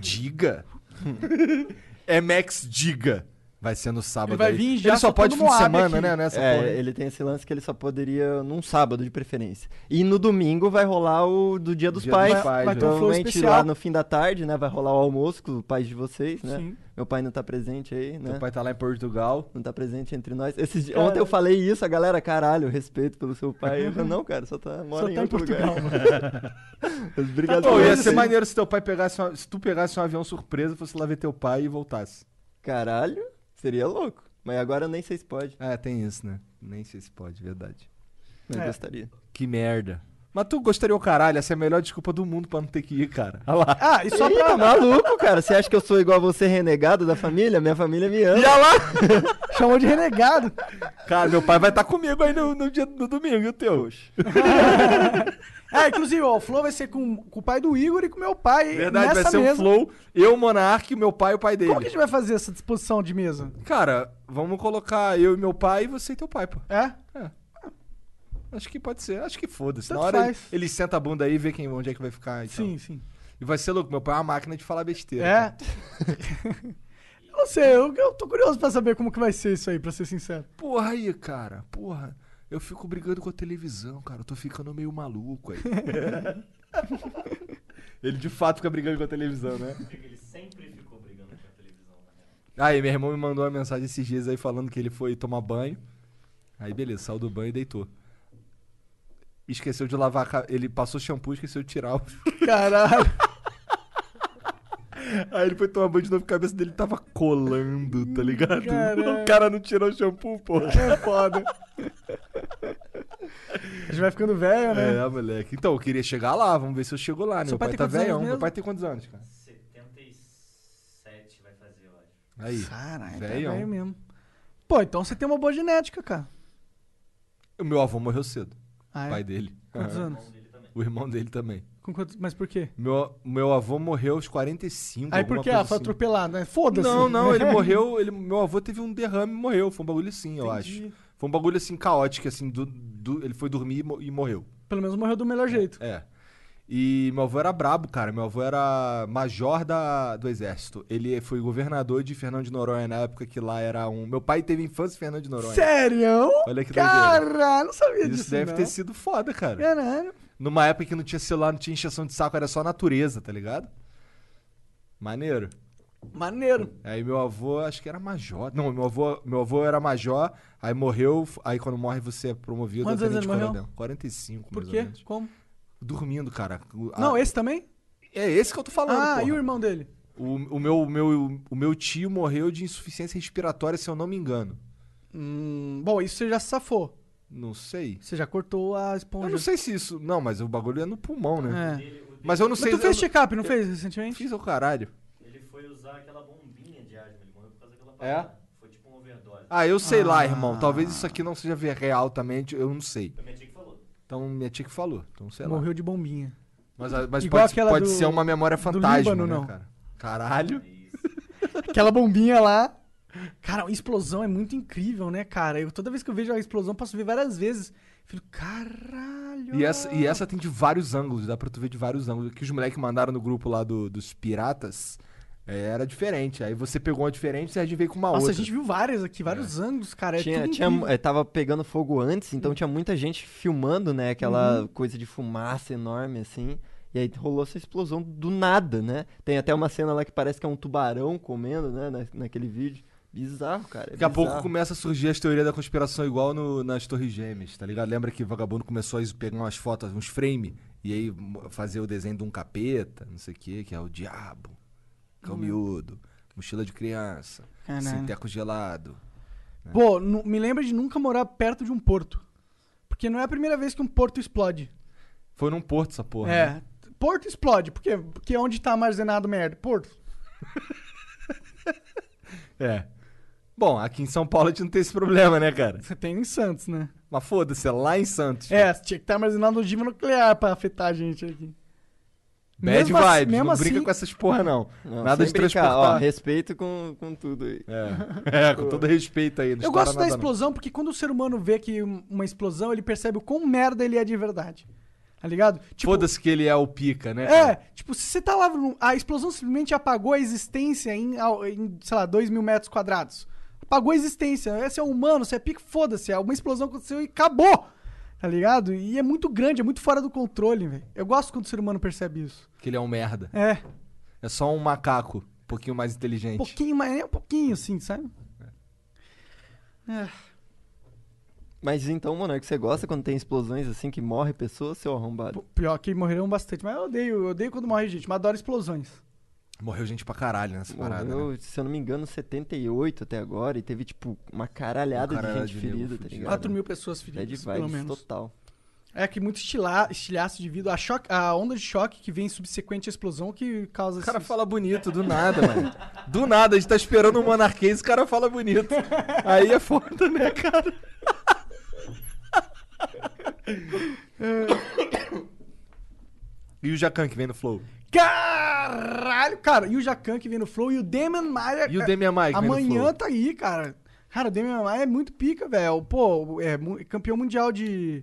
Diga? MX Diga. Vai ser no sábado. Ele vai aí. vir Ele já só soltando pode fim de Moab semana, aqui. né? Nessa é, porra. ele tem esse lance que ele só poderia num sábado de preferência. E no domingo vai rolar o do Dia dos Dia dos Pais. Pais, né? Vai ter um flow provavelmente especial. lá no fim da tarde, né? Vai rolar o almoço com os pais de vocês, né? Sim. Meu pai não tá presente aí, né? Meu pai tá lá em Portugal. Não tá presente entre nós. Esses dias- Cara. Ontem eu falei isso, a galera, caralho, respeito pelo seu pai. Eu falei, não, cara, só tá mora Só em tá em outro Portugal, lugar. mano. Obrigado Pô, por ia isso. ser maneiro se teu pai pegasse uma- se tu pegasse um avião surpresa, fosse lá ver teu pai e voltasse. Caralho, seria louco. Mas agora eu nem sei se pode. Ah, tem isso, né? Nem sei se pode, verdade. Mas É. gostaria. Que merda. Mas tu gostaria o caralho, essa é a melhor desculpa do mundo pra não ter que ir, cara. Olha lá. Ah, e só Ih, tá pra maluco, cara. Você acha que eu sou igual a você, renegado da família? Minha família me ama. chamou de renegado. Cara, meu pai vai estar comigo aí no, no dia, no um domingo, e o teu? Ah, inclusive, ó, o Flow vai ser com, com o pai do Igor e com o meu pai. Verdade, nessa vai ser mesa. um flow, eu, o Monark, o meu pai e o pai dele. Como que a gente vai fazer essa disposição de mesa? Cara, vamos colocar eu e meu pai e você e teu pai, pô. É? Acho que pode ser, acho que foda-se. Na Tanto hora ele, faz. ele senta a bunda aí e vê quem, onde é que vai ficar e Sim, tal. sim. E vai ser louco, meu pai é uma máquina de falar besteira. É? eu não sei, eu, eu tô curioso pra saber como que vai ser isso aí, pra ser sincero. Porra aí, cara. Porra. Eu fico brigando com a televisão, cara. Eu tô ficando meio maluco aí. Ele de fato fica brigando com a televisão, né? Porque ele sempre ficou brigando com a televisão, na real. Aí, meu irmão me mandou uma mensagem esses dias aí falando que ele foi tomar banho. Aí, beleza, saiu do banho e deitou. Esqueceu de lavar a ca... Ele passou shampoo e esqueceu de tirar o. Caralho. Aí ele foi tomar banho de novo, a cabeça dele tava colando, tá ligado? Hum, Caralho. O cara não tirou o shampoo, porra. É foda. A gente vai ficando velho, né? É, moleque. Então, eu queria chegar lá, vamos ver se eu chego lá, né? Seu Meu pai, pai tem tá quantos anos velhão. Meu mesmo? pai tem quantos anos, cara? 77 vai fazer, eu acho. Aí. Caralho, tá Velhão. velho mesmo. Pô, então você tem uma boa genética, cara. O meu avô morreu cedo. Ah, O é? pai dele. Quantos Aham. anos? O irmão dele também. Com quantos- Mas por quê? Meu, meu avô morreu aos 45. Aí alguma por quê? coisa Ah, foi assim. atropelado, né? Foda-se. Não, não, ele morreu. Ele, meu avô teve um derrame e morreu. Foi um bagulho assim, eu Entendi. acho. Foi um bagulho assim caótico, assim. Do, do- ele foi dormir e mo- e morreu. Pelo menos morreu do melhor jeito. É. E meu avô era brabo, cara. Meu avô era major da, do exército. Ele foi governador de Fernando de Noronha na época que lá era um. Meu pai teve infância em Fernando de Noronha. Sério? Olha que doideira. Caralho, não sabia disso. Isso deve não. É. ter sido foda, cara. Caralho. Numa época que não tinha celular, não tinha encheção de saco, era só natureza, tá ligado? Maneiro. Maneiro. Aí meu avô, acho que era major. Não, meu avô, meu avô era major, aí morreu, f- aí quando morre você é promovido. a Quantos anos ele tenente-coronel. 45, Por mais quê? ou menos. Como? Dormindo, cara. O- a- Não, esse também? É esse que eu tô falando, Ah, porra. e o irmão dele? O, o meu, o, meu, o meu tio morreu de insuficiência respiratória, se eu não me engano. Hum, bom, isso você já se safou. Não sei. Você já cortou a Eu esponja. não sei se isso. Não, mas o bagulho é no pulmão, né? É. Mas eu não Mas sei. tu fez eu... check-up, não fez recentemente? Fiz o caralho. Ele foi usar aquela bombinha de asma, ele morreu por causa daquela É? parada. Foi tipo um overdose. Ah, eu sei lá, irmão. Talvez isso aqui não seja ver- real também, eu não sei. Foi minha tia que falou. Então minha tia que falou. Então sei lá. Morreu de bombinha. Mas, a- mas Igual pode, aquela pode do- ser uma memória fantasma, Líbano, né, não. cara? Caralho. Aquela bombinha lá. Cara, a explosão é muito incrível, né, cara? Eu, toda vez que eu vejo a explosão, posso ver várias vezes. Fico, caralho. E essa, é e essa tem de vários ângulos, dá pra tu ver de vários ângulos. O Que os moleques mandaram no grupo lá do- dos piratas é, era diferente. Aí você pegou uma diferente e o Serginho veio com uma Nossa, outra. a gente viu várias aqui, vários ângulos, cara. É tinha, tudo tinha, incrível. eh, tava pegando fogo antes, então tinha muita gente filmando, né? Aquela Uhum. coisa de fumaça enorme, assim. E aí rolou essa explosão do nada, né? Tem até uma cena lá que parece que é um tubarão comendo, né? na- naquele vídeo. Bizarro, cara. é Daqui a pouco bizarro. começa a surgir as teorias da conspiração igual no- nas Torres Gêmeas, tá ligado? Lembra que vagabundo começou a is- pegar umas fotos, uns frames, e aí mo- fazer o desenho de um capeta, não sei o que, que é o diabo, que é o miúdo, mochila de criança, Uhum. Caralho. sinteco gelado. Pô, nu- me lembra de nunca morar perto de um porto. Porque não é a primeira vez que um porto explode. Foi num porto essa porra. é. né? Porto explode. Por quê? Porque é onde tá armazenado merda? Porto. É. Bom, aqui em São Paulo a gente não tem esse problema, né, cara? Você tem em Santos, né? Mas foda-se, é lá em Santos. É, tinha que estar armazenado ogiva nuclear pra afetar a gente aqui. Bad mesmo vibes, assim- mesmo não brinca assim- com essas porra, não. Não, Nada sem de brincar, Ó, transportar. respeito com, com tudo aí. É. É, com todo respeito aí. não Eu estoura gosto da nada, não. explosão porque quando o ser humano vê que um- uma explosão, ele percebe o quão merda ele é de verdade. Tá ligado? Tipo, Foda-se que ele é o pica, né? É, tipo, se você tá lá, no- a explosão simplesmente apagou a existência em, ao- em, sei lá, 2 mil metros quadrados. Apagou a existência. Esse é humano, você é pico, foda-se. Uma explosão aconteceu e acabou. Tá ligado? E é muito grande, é muito fora do controle, velho. Eu gosto quando o ser humano percebe isso. Que ele é um merda. É, É só um macaco, um pouquinho mais um inteligente. pouquinho, mas é um pouquinho, assim, sabe? É. É. Mas então, Monark, você gosta quando tem explosões assim que morre pessoas, seu arrombado? P- Pior que morreram bastante. Mas eu odeio, eu odeio quando morre gente, mas adoro explosões. Morreu gente pra caralho nessa parada. Morreu, né? se eu não me engano, 78 até agora e teve, tipo, uma caralhada Uma caralhada de de gente nego ferida, tá fudido. ligado? 4 mil pessoas Bad feridas, pelo vibes menos. total. É que muito estila, estilhaço de vidro. A, choque- a onda de choque que vem subsequente à explosão que causa... O cara esses- fala bonito, do nada, mano. Do nada, a gente tá esperando um monarquês e o cara fala bonito. Aí é foda, né, cara? e o Jacan que vem no flow? Caralho, cara. E o Jacan que vem no Flow e o Damian Maia. E o cara, Demian Maia que vem no Amanhã Flow? tá aí, cara. Cara, o Damian Maia é muito pica, velho. Pô, é mu- campeão mundial de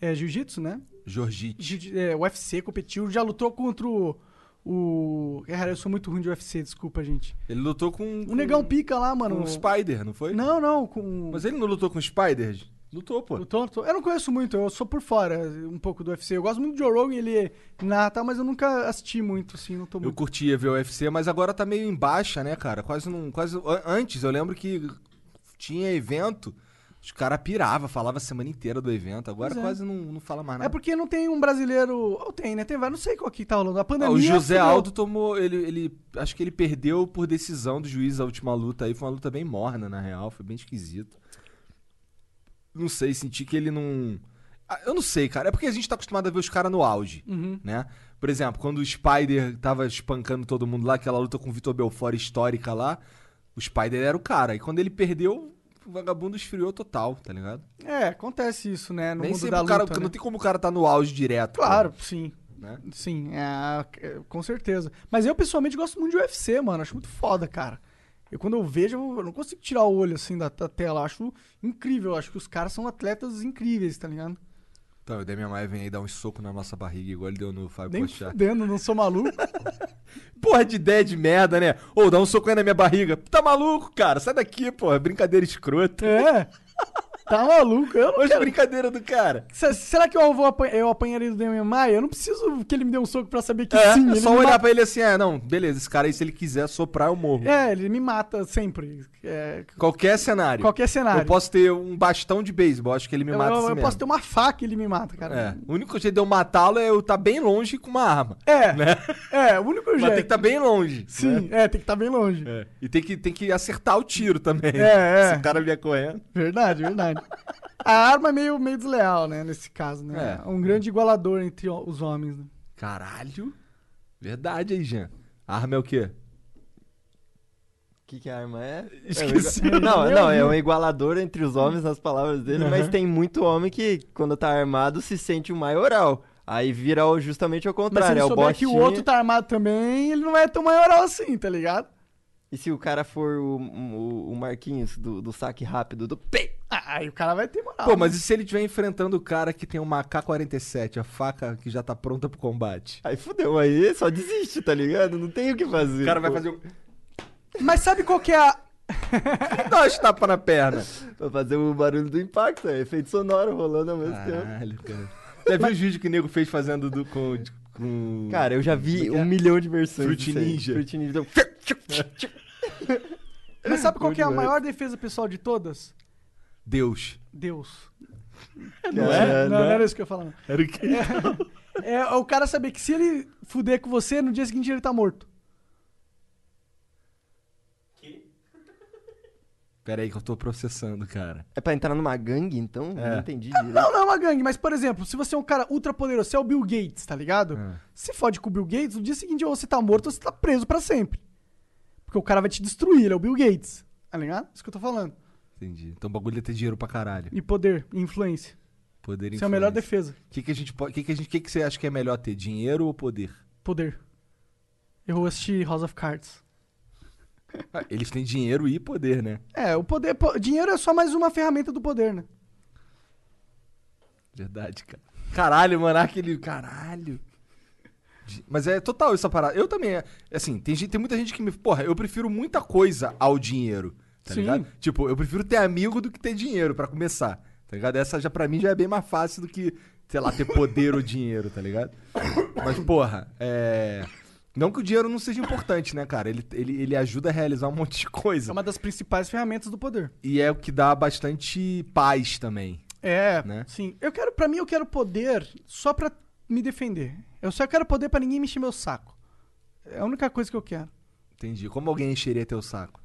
é, jiu-jitsu, né? Jorgite. Jiu é, UFC, competiu. Já lutou contra o... o... Cara, eu sou muito ruim de UFC, desculpa, gente. Ele lutou com. O negão pica lá, com mano. o Spider, não foi? Não, não, com... um Mas ele não lutou com o Spider? Lutou, pô. O Tonto, eu não conheço muito, eu sou por fora um pouco do UFC. Eu gosto muito do Joe Rogan, ele narra, mas eu nunca assisti muito, assim, não tô Eu muito. curtia ver o UFC, mas agora tá meio em baixa, né, cara? Quase não. Quase, an- antes, eu lembro que tinha evento, os caras piravam, falava a semana inteira do evento. Agora Pois é. quase não, não fala mais É nada. porque não tem um brasileiro. Ou tem, né? Tem vários, não sei qual que tá rolando. A Ah, pandemia. o José fudeu. Aldo tomou. Ele, ele. Acho que ele perdeu por decisão do juiz a última luta aí. Foi uma luta bem morna, na real. Foi bem esquisito. Não sei, senti que ele não. Ah, Eu não sei, cara. É porque a gente tá acostumado a ver os caras no auge, Uhum. né? Por exemplo, quando o Spider tava espancando todo mundo lá, aquela luta com o Vitor Belfort histórica lá, o Spider era o cara. E quando ele perdeu, o vagabundo esfriou total, tá ligado? É, acontece isso, né? No Nem mundo sempre da o cara. luta, né? Não tem como o cara tá no auge direto. Claro, sim. Né? Sim, é, é, com certeza. Mas eu pessoalmente gosto muito de UFC, mano. Acho muito foda, cara. Eu, quando eu vejo, eu não consigo tirar o olho assim da, da tela. Eu Acho incrível. Eu Acho que os caras são atletas incríveis, tá ligado? Então, o Demian Maia vem aí dar um soco na nossa barriga, igual ele deu no Fábio Nem Pochá. fudendo, não sou maluco. Porra de ideia de merda, né? Ou dá um soco aí na minha barriga. Tá maluco, cara? Sai daqui, porra. Brincadeira escrota. É. Tá maluco? Eu não Hoje é quero... brincadeira do cara. Se- Será que eu, vou apan- eu apanharia do Demian Maia? Eu não preciso que ele me dê um soco pra saber que É, sim. é ele só me olhar mata- pra ele assim, é, não, beleza, esse cara aí, se ele quiser soprar, eu morro. É, ele me mata sempre. É, Qualquer cenário. qualquer cenário. Eu posso ter um bastão de beisebol, acho que ele me Eu- mata eu- assim eu mesmo. posso ter um uma faca e ele me mata, É, cara. o único jeito de eu matá-lo é eu estar bem longe com uma arma. É, é, o único Né? Mas jeito. tem que estar bem longe. né? Sim, é, tem que estar bem longe. É. E tem que, tem que acertar o tiro também. É, é. Se o cara vier correndo. Verdade, verdade. A arma é meio, meio desleal, né, nesse caso, né? É. Um grande igualador entre o- os homens, né? Caralho. Verdade aí, Jean. Arma é o quê? O que, que a arma é? Esqueci. É um igua- Não, não, é um igualador entre os homens nas palavras dele, mas tem muito homem que, quando tá armado, se sente o maioral. Aí vira o- justamente ao Mas se contrário, ele é o souber botinha. que o outro tá armado também, ele não é tão maioral assim, tá ligado? E se o cara for o, o, o Marquinhos do, do saque rápido, do pei, Ah, Aí o cara vai ter moral. né? Pô, mas e se ele estiver enfrentando o cara que tem uma AK-47, a faca que já tá pronta pro combate? aí fudeu, aí só desiste, tá ligado? Não tem o que fazer. O cara vai pô. fazer um. Mas sabe qual que é a... Dá umas tapas na perna. Vai fazer o barulho do impacto, é efeito sonoro rolando ao mesmo Ah, tempo. Caralho, cara. Já viu os vídeos que o nego fez fazendo do, com. com... Cara, eu já Como vi é que é? um milhão de versões. Fruit disso aí. Ninja. Fruit Ninja. Mas sabe qual que é a Muito maior defesa pessoal de todas? Deus. Deus. Não é? Não, não Né? era isso que eu ia falar. não. Era o quê? É o cara saber que se ele fuder com você, no dia seguinte ele tá morto. Pera aí que eu tô processando, cara. É pra entrar numa gangue, então? É. Não entendi direito. Não, não é uma gangue, mas, por exemplo, se você é um cara ultra poderoso, você é o Bill Gates, tá ligado? Se fode com o Bill Gates, no dia seguinte ou você tá morto ou você tá preso pra sempre. Porque o cara vai te destruir, ele é o Bill Gates. Tá ligado? Isso que eu tô falando. Entendi. Então o bagulho é ter dinheiro pra caralho. E poder, e influência. Poder Isso é a melhor influência. defesa. O que, que a gente pode. O que, que, a gente, que, que você acha que é melhor ter? Dinheiro ou poder? Poder. Eu assisti House of Cards. Ah, Eles têm dinheiro e poder, né? É, o poder. po- dinheiro é só mais uma ferramenta do poder, né? Verdade, cara. Caralho, mano, aquele. Caralho. Di- Mas é total essa parada. Eu também, é- assim, tem, gente- tem muita gente que me. Porra, eu prefiro muita coisa ao dinheiro. Tá Sim. ligado? Tipo, eu prefiro ter amigo do que ter dinheiro, pra começar. Tá ligado? Essa já pra mim já é bem mais fácil do que, sei lá, ter poder ou dinheiro, tá ligado? Mas, porra, é. Não que o dinheiro não seja importante, né, cara? Ele, ele, ele ajuda a realizar um monte de É coisa. uma das principais ferramentas do poder. E é o que dá bastante paz também. É, Né? sim. Eu quero, para mim, eu quero poder só pra me defender. Eu só quero poder pra ninguém me encher meu saco. É a única coisa que eu quero. Entendi. Como alguém encheria teu saco?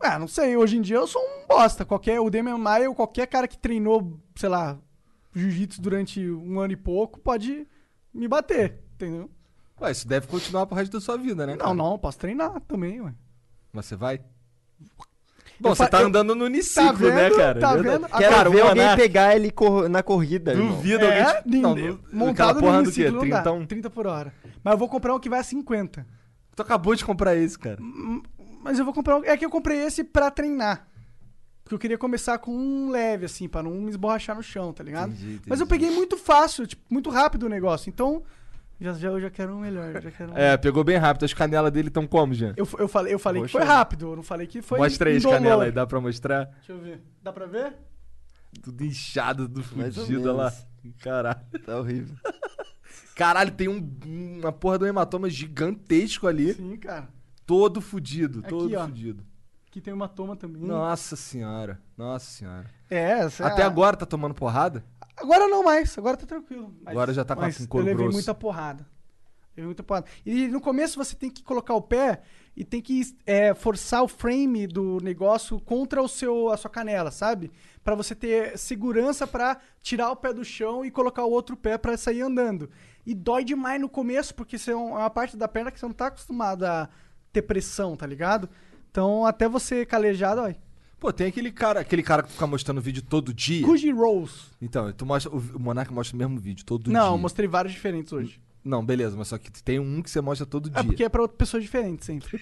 Ah, não sei. Hoje em dia eu sou um bosta. Qualquer, o Demian Maia ou qualquer cara que treinou, sei lá, jiu-jitsu durante um ano e pouco pode me bater, entendeu? Ué, isso deve continuar pro resto da sua vida, né? cara? Não, não, posso treinar também, ué. Mas você vai? Bom, Eu você fa- tá eu- andando no uniciclo, Tá né, vendo? cara? Tá Verdade. vendo? Quero Cara, ver o alguém Anar- pegar ele cor- na corrida, irmão. Duvido alguém... É, te- Não, nin- não- aquela montado no porra do quê? uniciclo não dá. 30 um... 30 por hora. Mas eu vou comprar um que vai a 50. Tu acabou de comprar esse, cara. Hum. Mas eu vou comprar. um- É que eu comprei esse pra treinar. Porque eu queria começar com um leve, assim, pra não me esborrachar no chão, tá ligado? Entendi, entendi. Mas eu peguei muito fácil, tipo, muito rápido o negócio. Então, já, já, eu já quero um melhor. Já quero um... É, pegou bem rápido. As canelas dele estão como, Jean? Eu, eu falei, eu falei que foi Roxa. rápido, eu não falei que foi. um Mostra aí as indolor. canelas aí, dá pra mostrar? Deixa eu ver. Dá pra ver? Tudo inchado, tudo Mais ou fudido olha lá. Caralho. Tá horrível. Caralho, tem um, uma porra do hematoma gigantesco ali. Sim, cara. Todo fudido, Aqui, todo ó. fudido. Aqui tem uma toma também. Nossa senhora, nossa senhora. É, essa- Até agora tá tomando porrada? Agora não mais, agora tá tranquilo. Mas- Agora já tá com a- mas com couro Eu levei grosso. muita porrada. Levei muita porrada. E no começo você tem que colocar o pé e tem que é, forçar o frame do negócio contra o seu, a sua canela, sabe? Pra você ter segurança pra tirar o pé do chão e colocar o outro pé pra sair andando. E dói demais no começo, porque isso é um- é uma parte da perna que você não tá acostumado a ter pressão, tá ligado? Então até você calejar, dói. Pô, tem aquele cara, aquele cara que fica mostrando vídeo todo dia. Guji Rolls. Então, tu mostra, o o Monark mostra o mesmo vídeo todo dia. Não, eu mostrei vários diferentes hoje. Não, beleza, mas só que tem um que você mostra todo É dia. porque é pra pessoas diferentes sempre.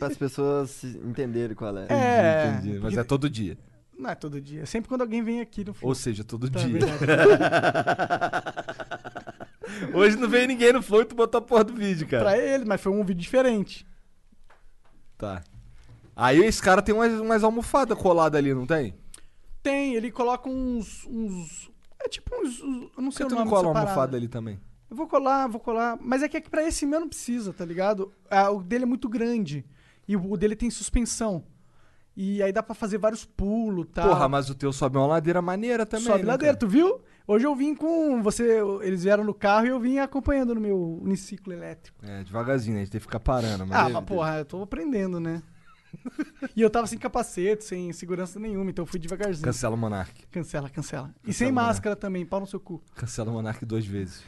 É as pessoas se entenderem qual é. É. Entendi, entendi. Mas é todo dia. Não é todo dia. É sempre quando alguém vem aqui no Ou Flow. seja, todo Tá, dia. verdade. Hoje não veio ninguém no flow e tu botou a porra do vídeo, cara. pra ele, mas foi um vídeo diferente. Tá. Aí esse cara tem umas, umas almofadas coladas ali, não tem? Tem, ele coloca uns. uns é tipo uns. uns- eu não Por que sei tu o não nome cola uma dessa parada. almofada ali também? Eu vou colar, vou colar. Mas é que, é que pra esse meu não precisa, tá ligado? Ah, o dele é muito grande. E o dele tem suspensão. E aí dá pra fazer vários pulos e tal. Porra, mas o teu sobe uma ladeira maneira também. Tá. Sobe né, ladeira, cara? tu viu? Hoje eu vim com. você Eles vieram no carro e eu vim acompanhando no meu uniciclo elétrico. É, devagarzinho, né? A gente tem que ficar parando. Mas Ah, deve- mas porra, eu tô aprendendo, né? e eu tava sem capacete, sem segurança nenhuma, então eu fui devagarzinho. Cancela o Monark. Cancela, cancela. E sem mano. máscara também, pau no seu cu. Cancela o Monark duas vezes.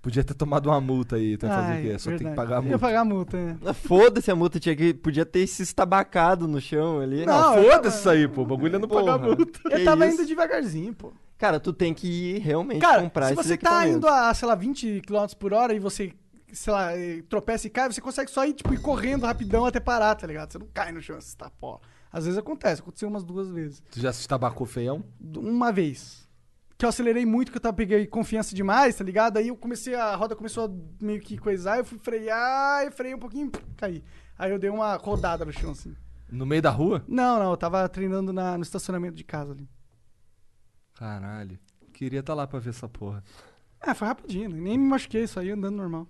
Podia ter tomado uma multa aí, então fazer o Ai, quê? Só tem que verdade. pagar a Ia multa. pagar a multa, né? Ah, Foda-se a multa, tinha que, podia ter se estabacado no chão ali. Não, eu Foda-se isso aí, pô. O bagulho é não pagar a Porra. multa. Que Eu tava isso? indo devagarzinho, pô. Cara, tu tem que ir realmente Cara, comprar é se esses você tá equipamentos. indo a, sei lá, 20 km por hora e você, sei lá, eh, tropeça e cai, você consegue só ir, tipo, ir correndo rapidão até parar, tá ligado? Você não cai no chão, você tá, pô. Às vezes acontece, aconteceu umas duas vezes. Tu já se estabacou feião? uma vez. Que eu acelerei muito, que eu tava, peguei confiança demais, tá ligado? Aí eu comecei, a roda começou a meio que coisar, eu fui frear, eu freiei um pouquinho, caí. Aí eu dei uma rodada no chão, assim. No meio da rua? Não, não, eu tava treinando na, no estacionamento de casa ali. Caralho. Queria estar lá pra ver essa porra. Ah, foi rapidinho, né? nem me machuquei, saí andando normal.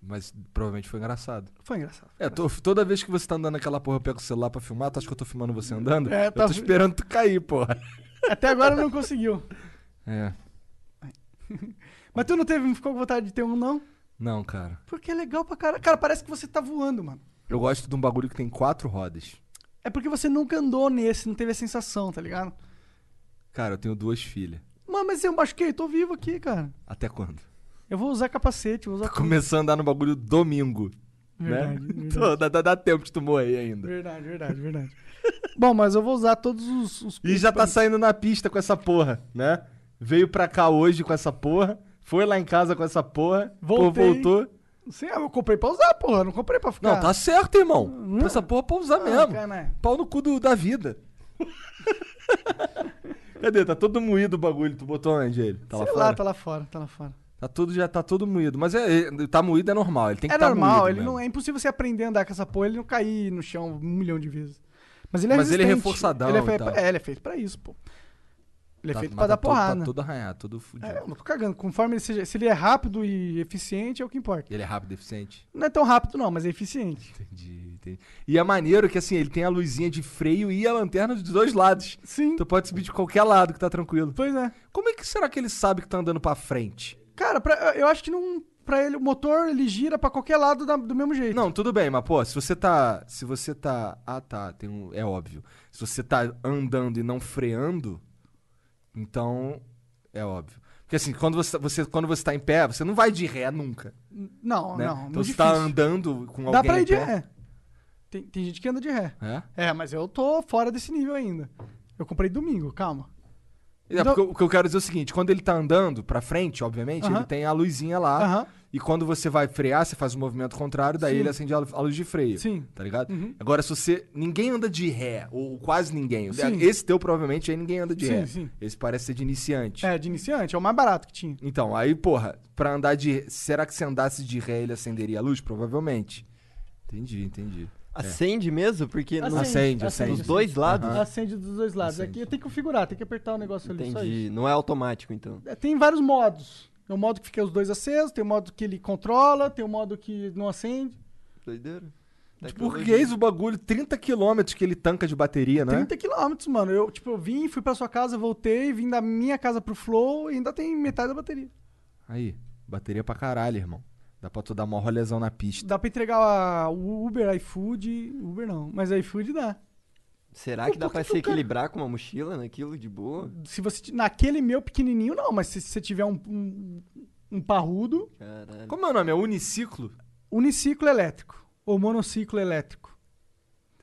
Mas provavelmente foi engraçado. Foi engraçado. É, tô- toda vez que você tá andando naquela porra, eu pego o celular pra filmar, tu acha que eu tô filmando você andando? É, Eu tá- tô esperando tu cair, porra. Até agora não conseguiu. É. Mas tu não teve, não ficou com vontade de ter um, não? Não, cara. Porque é legal pra caralho. Cara, parece que você tá voando, mano. Eu gosto de um bagulho que tem quatro rodas. É porque você nunca andou nesse, não teve a sensação, tá ligado? Cara, eu tenho duas filhas. Mano, mas eu machuquei, tô vivo aqui, cara. Até quando? Eu vou usar capacete, vou usar. Começou a andar no bagulho domingo. Verdade, né? verdade. Então, dá, dá- dá tempo de tu morrer ainda. Verdade, verdade, verdade. Bom, mas eu vou usar todos os. os E já tá saindo na pista com essa porra, né? Veio pra cá hoje com essa porra, foi lá em casa com essa porra, pô, Voltei. voltou. Sei, eu comprei pra usar, porra. eu Não comprei pra ficar. Não, tá certo, irmão. Essa porra pra usar mesmo. Ah, cara. né? Pau no cu do- da vida. Cadê? Tá todo moído o bagulho. Tu botou onde ele? Tá lá Sei fora? lá, tá lá fora, tá lá fora. Tá todo, já tá todo moído. Mas é, é- tá moído é normal. Ele tem que É tá normal, moído ele mesmo. não, é impossível você aprender a andar com essa porra, ele não cair no chão um milhão de vezes. Mas ele é Mas ele é resistente. reforçadão Ele é, e fe- tal. é, ele é feito pra isso, pô. Ele é Tá- feito pra mas dar tá todo- porrada. Tá todo arranhado, todo fudido. É, eu não tô cagando. Conforme ele seja. Se ele é rápido e eficiente, é o que importa. Ele é rápido e eficiente. Não é tão rápido, não, mas é eficiente. Entendi, entendi. E é maneiro que assim, ele tem a luzinha de freio e a lanterna dos dois lados. Sim. Tu pode subir de qualquer lado que tá tranquilo. Pois é. Como é que será que ele sabe que tá andando pra frente? Cara, pra- eu acho que não. Pra ele, o motor ele gira pra qualquer lado da- do mesmo jeito. Não, tudo bem, mas pô, se você tá. Se você tá. Ah, tá, tem um, é óbvio. Se você tá andando e não freando, então. É óbvio. Porque assim, quando você, você, quando você tá em pé, você não vai de ré nunca. Não, Né? Oh, não. então muito você tá difícil. andando com alguém. Dá pra em ir de pé. ré. Tem, tem gente que anda de ré. É? É, mas eu tô fora desse nível ainda. Eu comprei domingo, calma. É, Então- porque o que eu quero dizer é o seguinte: quando ele tá andando pra frente, obviamente, Aham. ele tem a luzinha lá. Aham. E quando você vai frear, você faz o movimento contrário, daí Sim. ele acende a lu- a luz de freio. Sim. Tá ligado? Agora, se você. Ninguém anda de ré, ou quase ninguém. Esse teu provavelmente aí ninguém anda de Sim, ré. sim. Esse parece ser de iniciante. É, de iniciante, é o mais barato que tinha. Então, aí, porra, pra andar de. Será que se andasse de ré ele acenderia a luz? Provavelmente. Entendi, entendi. Acende mesmo? Porque no- Acende, acende. nos dois lados. Acende dos dois lados. Aqui eu tenho que configurar, tem que apertar o negócio ali. só isso. Entendi. Não é automático, então. É, Tem vários modos. Tem o modo que fica os dois acesos, tem o modo que ele controla, tem o modo que não acende. Doideira. De Burguês o bagulho, 30 quilômetros que ele tanca de bateria, né? 30 quilômetros, mano. Eu, tipo, eu vim, fui pra sua casa, voltei, vim da minha casa pro Flow e ainda tem metade da bateria. Aí, bateria pra caralho, irmão. Dá pra tu dar mó rolezão na pista. Dá pra entregar a Uber, iFood. Uber não, mas iFood dá. Será Pô, que dá por pra que se que o cara- equilibrar com uma mochila naquilo de boa? Se você. ti- Naquele meu pequenininho, não, mas se você tiver um, um, um parrudo, Caralho. Como é o nome? É uniciclo? uniciclo elétrico ou monociclo elétrico.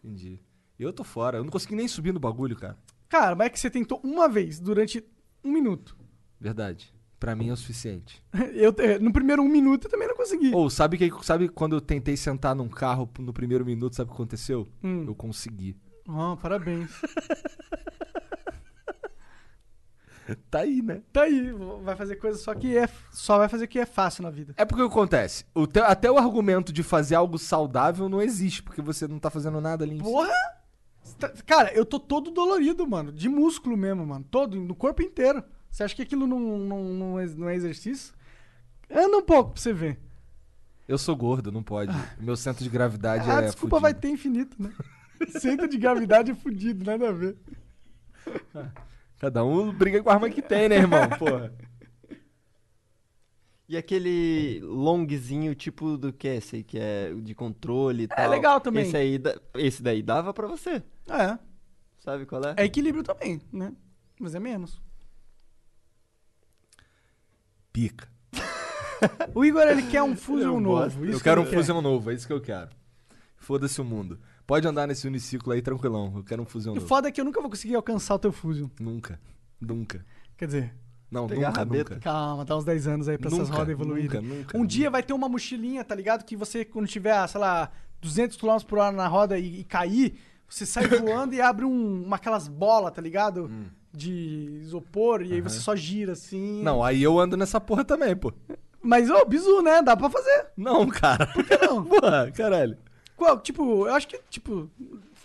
Entendi. Eu tô fora, eu não consegui nem subir no bagulho, cara. Cara, mas é que você tentou uma vez durante um minuto. Verdade. Pra mim é o suficiente. Eu, te- no primeiro um minuto eu também não consegui. Ou, sabe que sabe quando eu tentei sentar num carro no primeiro minuto, sabe o que aconteceu? Hum. Eu consegui. Ah, parabéns. Tá aí, né? tá aí, vo- vai fazer coisa só que é. Só vai fazer o que é fácil na vida. É porque o que acontece? O teu- até o argumento de fazer algo saudável não existe, porque você não tá fazendo nada ali em cima. Porra! Cê tá- Cara, eu tô todo dolorido, mano. De músculo mesmo, mano. Todo, no corpo inteiro. Você acha que aquilo não, não, não, é, não é exercício? Anda um pouco pra você ver. Eu sou gordo, não pode. Meu centro de gravidade Ah, é. desculpa, vai fudido. ter infinito, né? Centro de gravidade é fudido, nada a ver. Cada um briga com a arma que tem, né, irmão? Porra. E aquele longzinho tipo do que é esse aí, que é o de controle e tal. legal também. Esse, aí, da- esse daí dava pra você. É. Sabe qual é? É equilíbrio também, né? Mas é menos. Pica. O Igor, ele quer um Fusion Eu novo. gosto. isso eu quero um ele quer. fusão novo, é isso que eu quero. Foda-se o mundo. Pode andar nesse uniciclo aí tranquilão. Eu quero um fusão E o novo. foda é que eu nunca vou conseguir alcançar o teu Fusion. Nunca. Nunca. Quer dizer, Não, Pegar nunca, a rabeta. nunca. calma, dá uns 10 anos aí pra essas Nunca, rodas nunca, evoluírem. nunca, um nunca. dia vai ter uma mochilinha, tá ligado? Que você, quando tiver, ah, sei lá, 200 km por hora na roda e, e cair, você sai voando e abre um, uma aquelas bolas, tá ligado? Hum. De isopor, e aí você só gira assim. Não, aí eu ando nessa porra também, pô. Mas, ô, bizu, né? Dá pra fazer. Não, cara. Por que não? porra, caralho. Qual? Tipo, eu acho que, tipo,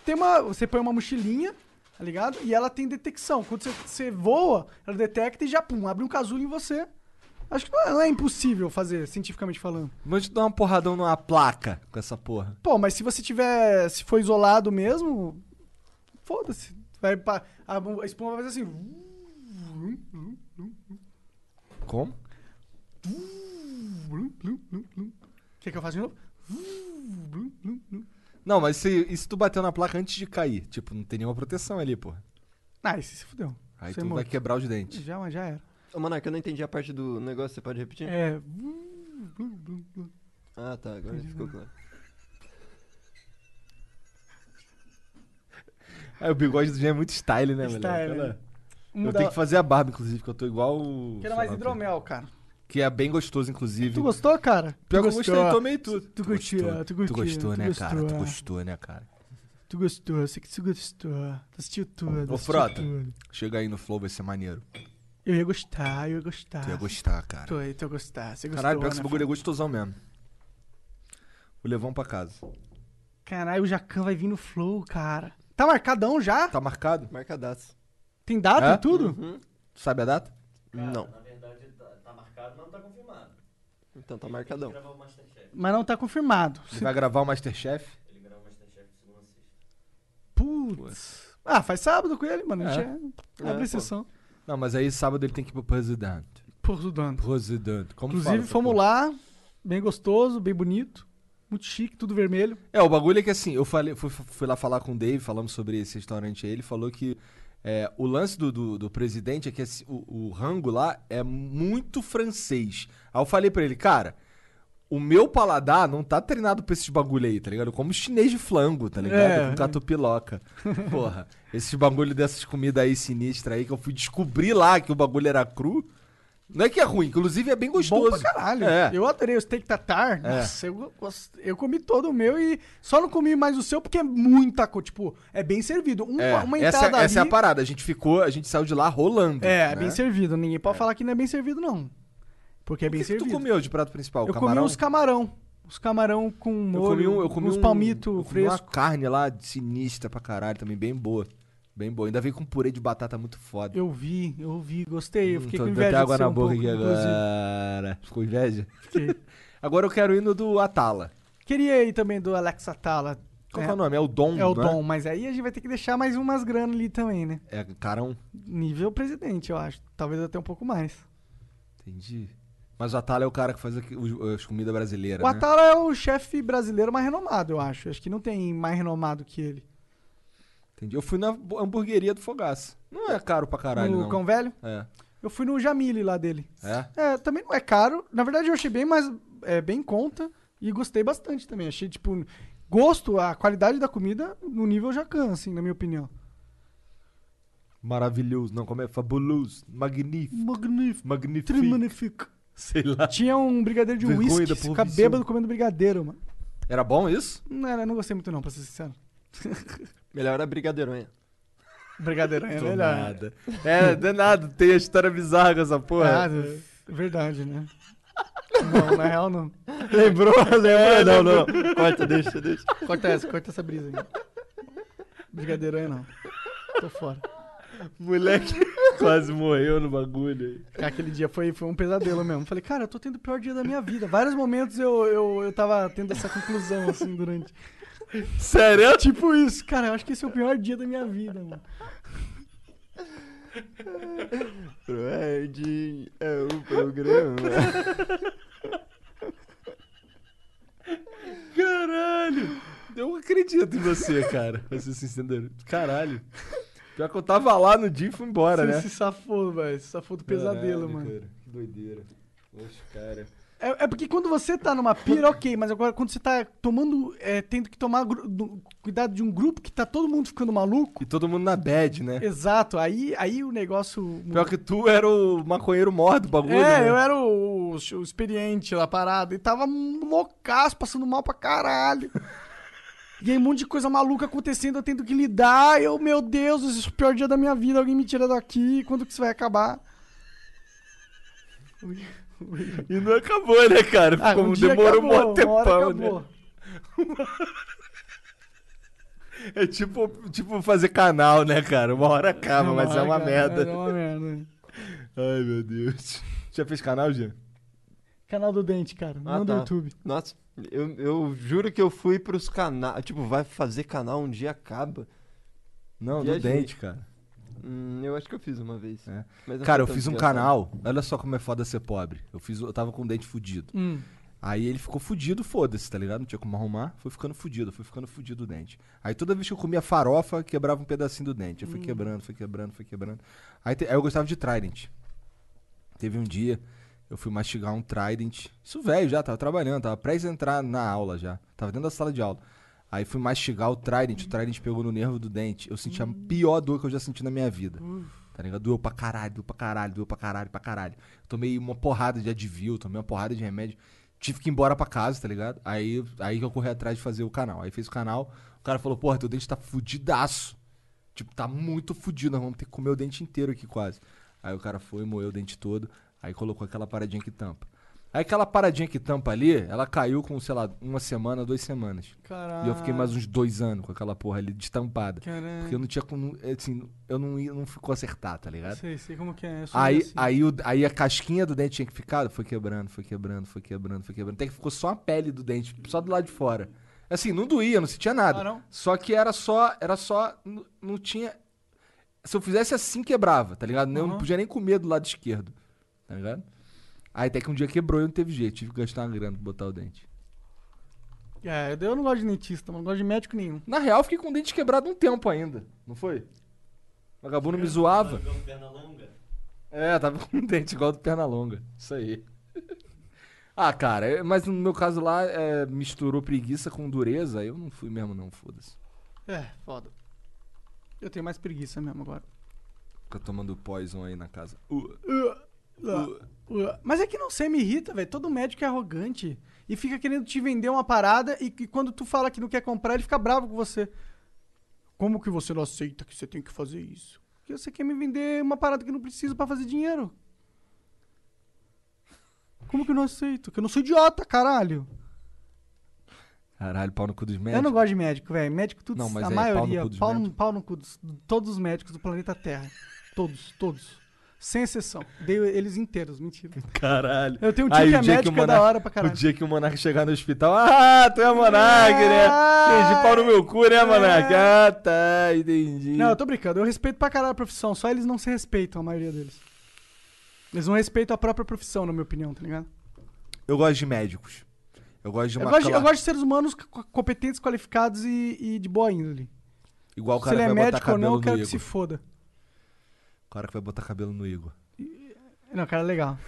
tem uma. Você põe uma mochilinha, tá ligado? E ela tem detecção. Quando você, você voa, ela detecta e já, pum, abre um casulo em você. Acho que não é, não é impossível fazer, cientificamente falando. Vamos te dar uma porradão numa placa com essa porra. Pô, mas se você tiver. Se for isolado mesmo. Foda-se. Vai pra, a, a espuma vai fazer assim. Como? Quer que eu faça de novo? Não, mas se, e se tu bater na placa antes de cair? Tipo, não tem nenhuma proteção ali, porra. Ah, esse se fudeu. Aí Você tu vai morre. quebrar os dentes. Já, mas já era. Ô, Monarca, eu não entendi a parte do negócio, você pode repetir? É. Ah, tá, agora ficou claro. Aí o bigode do Jean é muito style, né, moleque? Style, Olha lá. né? Eu Mudar- tenho que fazer a barba, inclusive, que eu tô igual. o- Que era sei mais lá, hidromel, cara. Que é bem gostoso, inclusive. Tu gostou, cara? Pior tu que eu gostei, gostou. tomei tudo. Tu curtiu, gostou, tu curtiu, Tu gostou, tu né, cara? Tu gostou, é. gostou, né, cara? Tu gostou, eu sei que tu gostou. Tu assistiu tudo. Ô, assistiu Frota. tudo. Chega aí no Flow, vai ser maneiro. Eu ia gostar, eu ia gostar. Tu ia gostar, cara. Tu, ia- tu ia gostar. Você gostou, Caralho, pior que esse né, bagulho é Frota? gostosão mesmo. Vou levar um pra casa. Caralho, o Jacan vai vir no flow, cara. Tá marcadão já? Tá marcado? Marcadaço. Tem data É? e tudo? Uhum. Tu sabe a data? Não, Na verdade, tá, tá marcado, mas não tá confirmado. então tá marcadão. Gravar o Masterchef. Mas não tá confirmado. Ele vai gravar o Masterchef? Ele grava o Masterchef de segunda a sexta. Putz. Ah, faz sábado com ele, mano. A gente é, É, abre pô. sessão. Não, mas aí sábado ele tem que ir pro Presidente. Por Zudano. Presidente. Como fala Inclusive, essa fomos porra? lá, bem gostoso, bem bonito, muito chique, tudo vermelho. É, o bagulho é que assim, eu falei, fui, fui lá falar com o Dave, falamos sobre esse restaurante aí, ele falou que é, o lance do, do, do presidente é que esse- o, o rango lá é muito francês. Aí eu falei pra ele, cara, o meu paladar não tá treinado pra esses bagulho aí, tá ligado? Eu como chinês de flango, tá ligado? É. Com catupiloca. Porra, esses bagulho dessas comidas aí sinistras aí que eu fui descobrir lá que o bagulho era cru. Não é que é ruim, inclusive é bem gostoso. Bom pra caralho. É. Eu adorei o steak tatar. Nossa, eu, gost- eu comi todo o meu e só não comi mais o seu porque é muita coisa. Tipo, é bem servido. Um- É, uma essa, entrada essa é a ali- parada. A gente ficou, a gente saiu de lá rolando. É, né? é bem servido. Ninguém pode falar que não é bem servido, não. Porque é O bem que, que tu servido. comeu de prato principal? eu camarão? comi uns camarão. Uns camarão com É eu molho, comi um, eu comi uns um- palmito eu comi uma fresco. carne lá de sinistra pra caralho, também bem boa. Bem boa. Ainda veio com purê de batata muito foda. Eu vi, eu vi, gostei. Eu Hum, fiquei tô com dando inveja até de água ser na um boca pouco, aqui inclusive. agora. Ficou inveja? Fiquei. Agora eu quero ir no do Atala. Queria ir também do Alex Atala. Qual que é o nome? É o Dom, É o né? Dom, mas aí a gente vai ter que deixar mais umas granas ali também, né? É carão. Nível presidente, eu acho. Talvez até um pouco mais. Entendi. Mas o Atala é o cara que faz aqui- os- as comidas brasileiras, O né? Atala é o chefe brasileiro mais renomado, eu acho. Acho que não tem mais renomado que ele. Entendi. Eu fui na bo- hamburgueria do Fogaça. Não é caro pra caralho, no não. Cão Velho, É. eu fui no Jamile lá dele. É? É, também não é caro. Na verdade, eu achei bem mais é, bem em conta e gostei bastante também. Achei, tipo, gosto, a qualidade da comida no nível Jacan, assim, na minha opinião. Maravilhoso. Não, como é? Fabuloso. Magnífico. Magnífico. Magnífico. Magnífico. Sei lá. Tinha um brigadeiro de Vergonha uísque, da ficar profissão. bêbado comendo brigadeiro, mano. Era bom isso? Não, era- eu não gostei muito não, pra ser sincero. Melhor era brigadeironha. Brigadeiro é Do melhor. nada. É, danado. Tem a história bizarra com essa Ah, porra. verdade, né? Não, na real não. Lembrou? Lembrou? É, não, não. Corta, deixa, deixa. Corta essa, corta essa brisa aí. Brigadeiro é não. Tô fora. Moleque quase morreu no bagulho. Aquele dia foi, foi um pesadelo mesmo. Falei, cara, eu tô tendo o pior dia da minha vida. Vários momentos eu, eu, eu tava tendo essa conclusão, assim, durante. Sério? Tipo isso, cara, eu acho que esse é o pior dia da minha vida, mano. Proerd é um o programa. né? Caralho. Eu acredito em você, cara. Pra ser sincero. Caralho. Pior que eu tava lá no dia e fui embora, Você né? se safou, velho. Se safou do pesadelo, Caralho, mano. cara, Que doideira. Poxa, cara. É, é porque quando você tá numa pira, ok, mas agora quando você tá tomando. é, tendo que tomar gru- do- cuidado de um grupo que tá todo mundo ficando maluco. E todo mundo na bad, né? Exato, aí, aí o negócio. muda. Pior que tu era o maconheiro mor do bagulho, É, né? eu era o, o experiente lá parado e tava loucaço, passando mal pra caralho. E aí, um monte de coisa maluca acontecendo, eu tendo que lidar. Eu, meu Deus, esse é o pior dia da minha vida. Alguém me tira daqui. Quando que isso vai acabar? E não acabou, né, cara? Ah, Ficou, um dia demorou acabou, um mó uma hora tempão, acabou. né? É tipo, tipo fazer canal, né, cara? Uma hora acaba, mas é uma Cara, É merda. uma merda. Ai, meu Deus. Já fez canal, Jean? Canal do Dente, cara. um- Ah, não tá. do YouTube. Nossa, eu, eu juro que eu fui pros canais. Tipo, vai fazer canal um dia acaba. Não, do Viajei. dente, cara. Hum, eu acho que eu fiz uma vez. É. Mas não Cara, foi eu tão né? fiz um engraçado. Hum. canal. Olha só como é foda ser pobre. Eu, fiz, eu tava com o dente fudido. Aí ele ficou fudido, foda-se, tá ligado? Não tinha como arrumar. Foi ficando fudido, foi ficando fudido o dente. Aí toda vez que eu comia farofa, quebrava um pedacinho do dente. Hum. Eu fui quebrando, fui quebrando, fui quebrando. Aí, te- aí eu gostava de Trident. Teve um dia, eu fui mastigar um Trident. Isso velho já, tava trabalhando, tava prestes a entrar na aula já. Tava dentro da sala de aula. Aí fui mastigar o Trident, o Trident pegou no nervo do dente. Eu senti a pior dor que eu já senti na minha vida. Tá ligado? Doeu pra caralho, doeu pra caralho, doeu pra caralho, pra caralho. Tomei uma porrada de Advil, tomei uma porrada de remédio. Tive que ir embora pra casa, tá ligado? Aí, aí que eu corri atrás de fazer o canal. Aí fez o canal, o cara falou, porra, teu dente tá fudidaço. Tipo, tá muito fudido, nós vamos ter que comer o dente inteiro aqui quase. Aí o cara foi, moeu o dente todo, aí colocou aquela paradinha que tampa. Aí aquela paradinha que tampa ali, ela caiu com, sei lá, uma semana, duas semanas. Caralho. E eu fiquei mais uns dois anos com aquela porra ali destampada. Caralho. Porque eu não tinha como. Assim, eu não, ia- não ficou acertar, tá ligado? Sei, sei como que é. eu sou Aí, assim. aí, o- aí a casquinha do dente tinha que ficar, foi quebrando, foi quebrando, foi quebrando, foi quebrando. Até que ficou só a pele do dente, só do lado de fora. Assim, não doía, não sentia nada. Ah, não? Só que era só, era só, n- não tinha... Se eu fizesse assim, quebrava, tá ligado? Eu não Aham. podia nem comer do lado esquerdo, tá ligado? Aí até que um dia quebrou e não teve jeito, tive que gastar uma grana pra botar o dente. É, eu não gosto de dentista, mano. Não gosto de médico nenhum. Na real, eu fiquei com o dente quebrado um tempo ainda, não foi? O vagabundo me É. zoava. Jogou perna longa. É, tava com um dente igual do Pernalonga. Isso aí. Ah, cara, eu- mas no meu caso lá, é, misturou preguiça com dureza, eu não fui mesmo não, foda-se. É, foda. Eu tenho mais preguiça mesmo agora. Fica tomando poison aí na casa. Uh, Mas é que não sei, me irrita, velho. Todo médico é arrogante e fica querendo te vender uma parada e, que quando tu fala que não quer comprar, ele fica bravo com você. Como que você não aceita que você tem que fazer isso? Porque você quer me vender uma parada que eu não preciso pra fazer dinheiro. Como que eu não aceito? Que eu não sou idiota, caralho. Caralho, pau no cu dos médicos. Eu não gosto de médico, velho. Médico, tudo, Não, mas a é pau no maioria. cu dos Pau no, médicos. pau no cu dos, de todos os médicos do planeta Terra. Todos, todos. Sem exceção. Dei eles inteiros, mentira. Caralho. Eu tenho um tio que é médico, é da hora pra caralho. O dia que o Monark chegar no hospital, ah, tu é Monark, né? Ah! Entendi pau no meu cu, né, Monark? Ah, tá, entendi. É. Não, eu tô brincando. Eu respeito pra caralho a profissão. Só eles não se respeitam, a maioria deles. Eles não respeitam a própria profissão, na minha opinião, tá ligado? Eu gosto de médicos. Eu gosto de Eu uma gosto, de- eu cla- gosto de seres humanos co- competentes, qualificados e, e de boa índole. Igual o Se cara ele é que vai botar médico ou cabelo não, eu no quero que Igor. se foda. O cara que vai botar cabelo no Igor. Não, cara, é legal.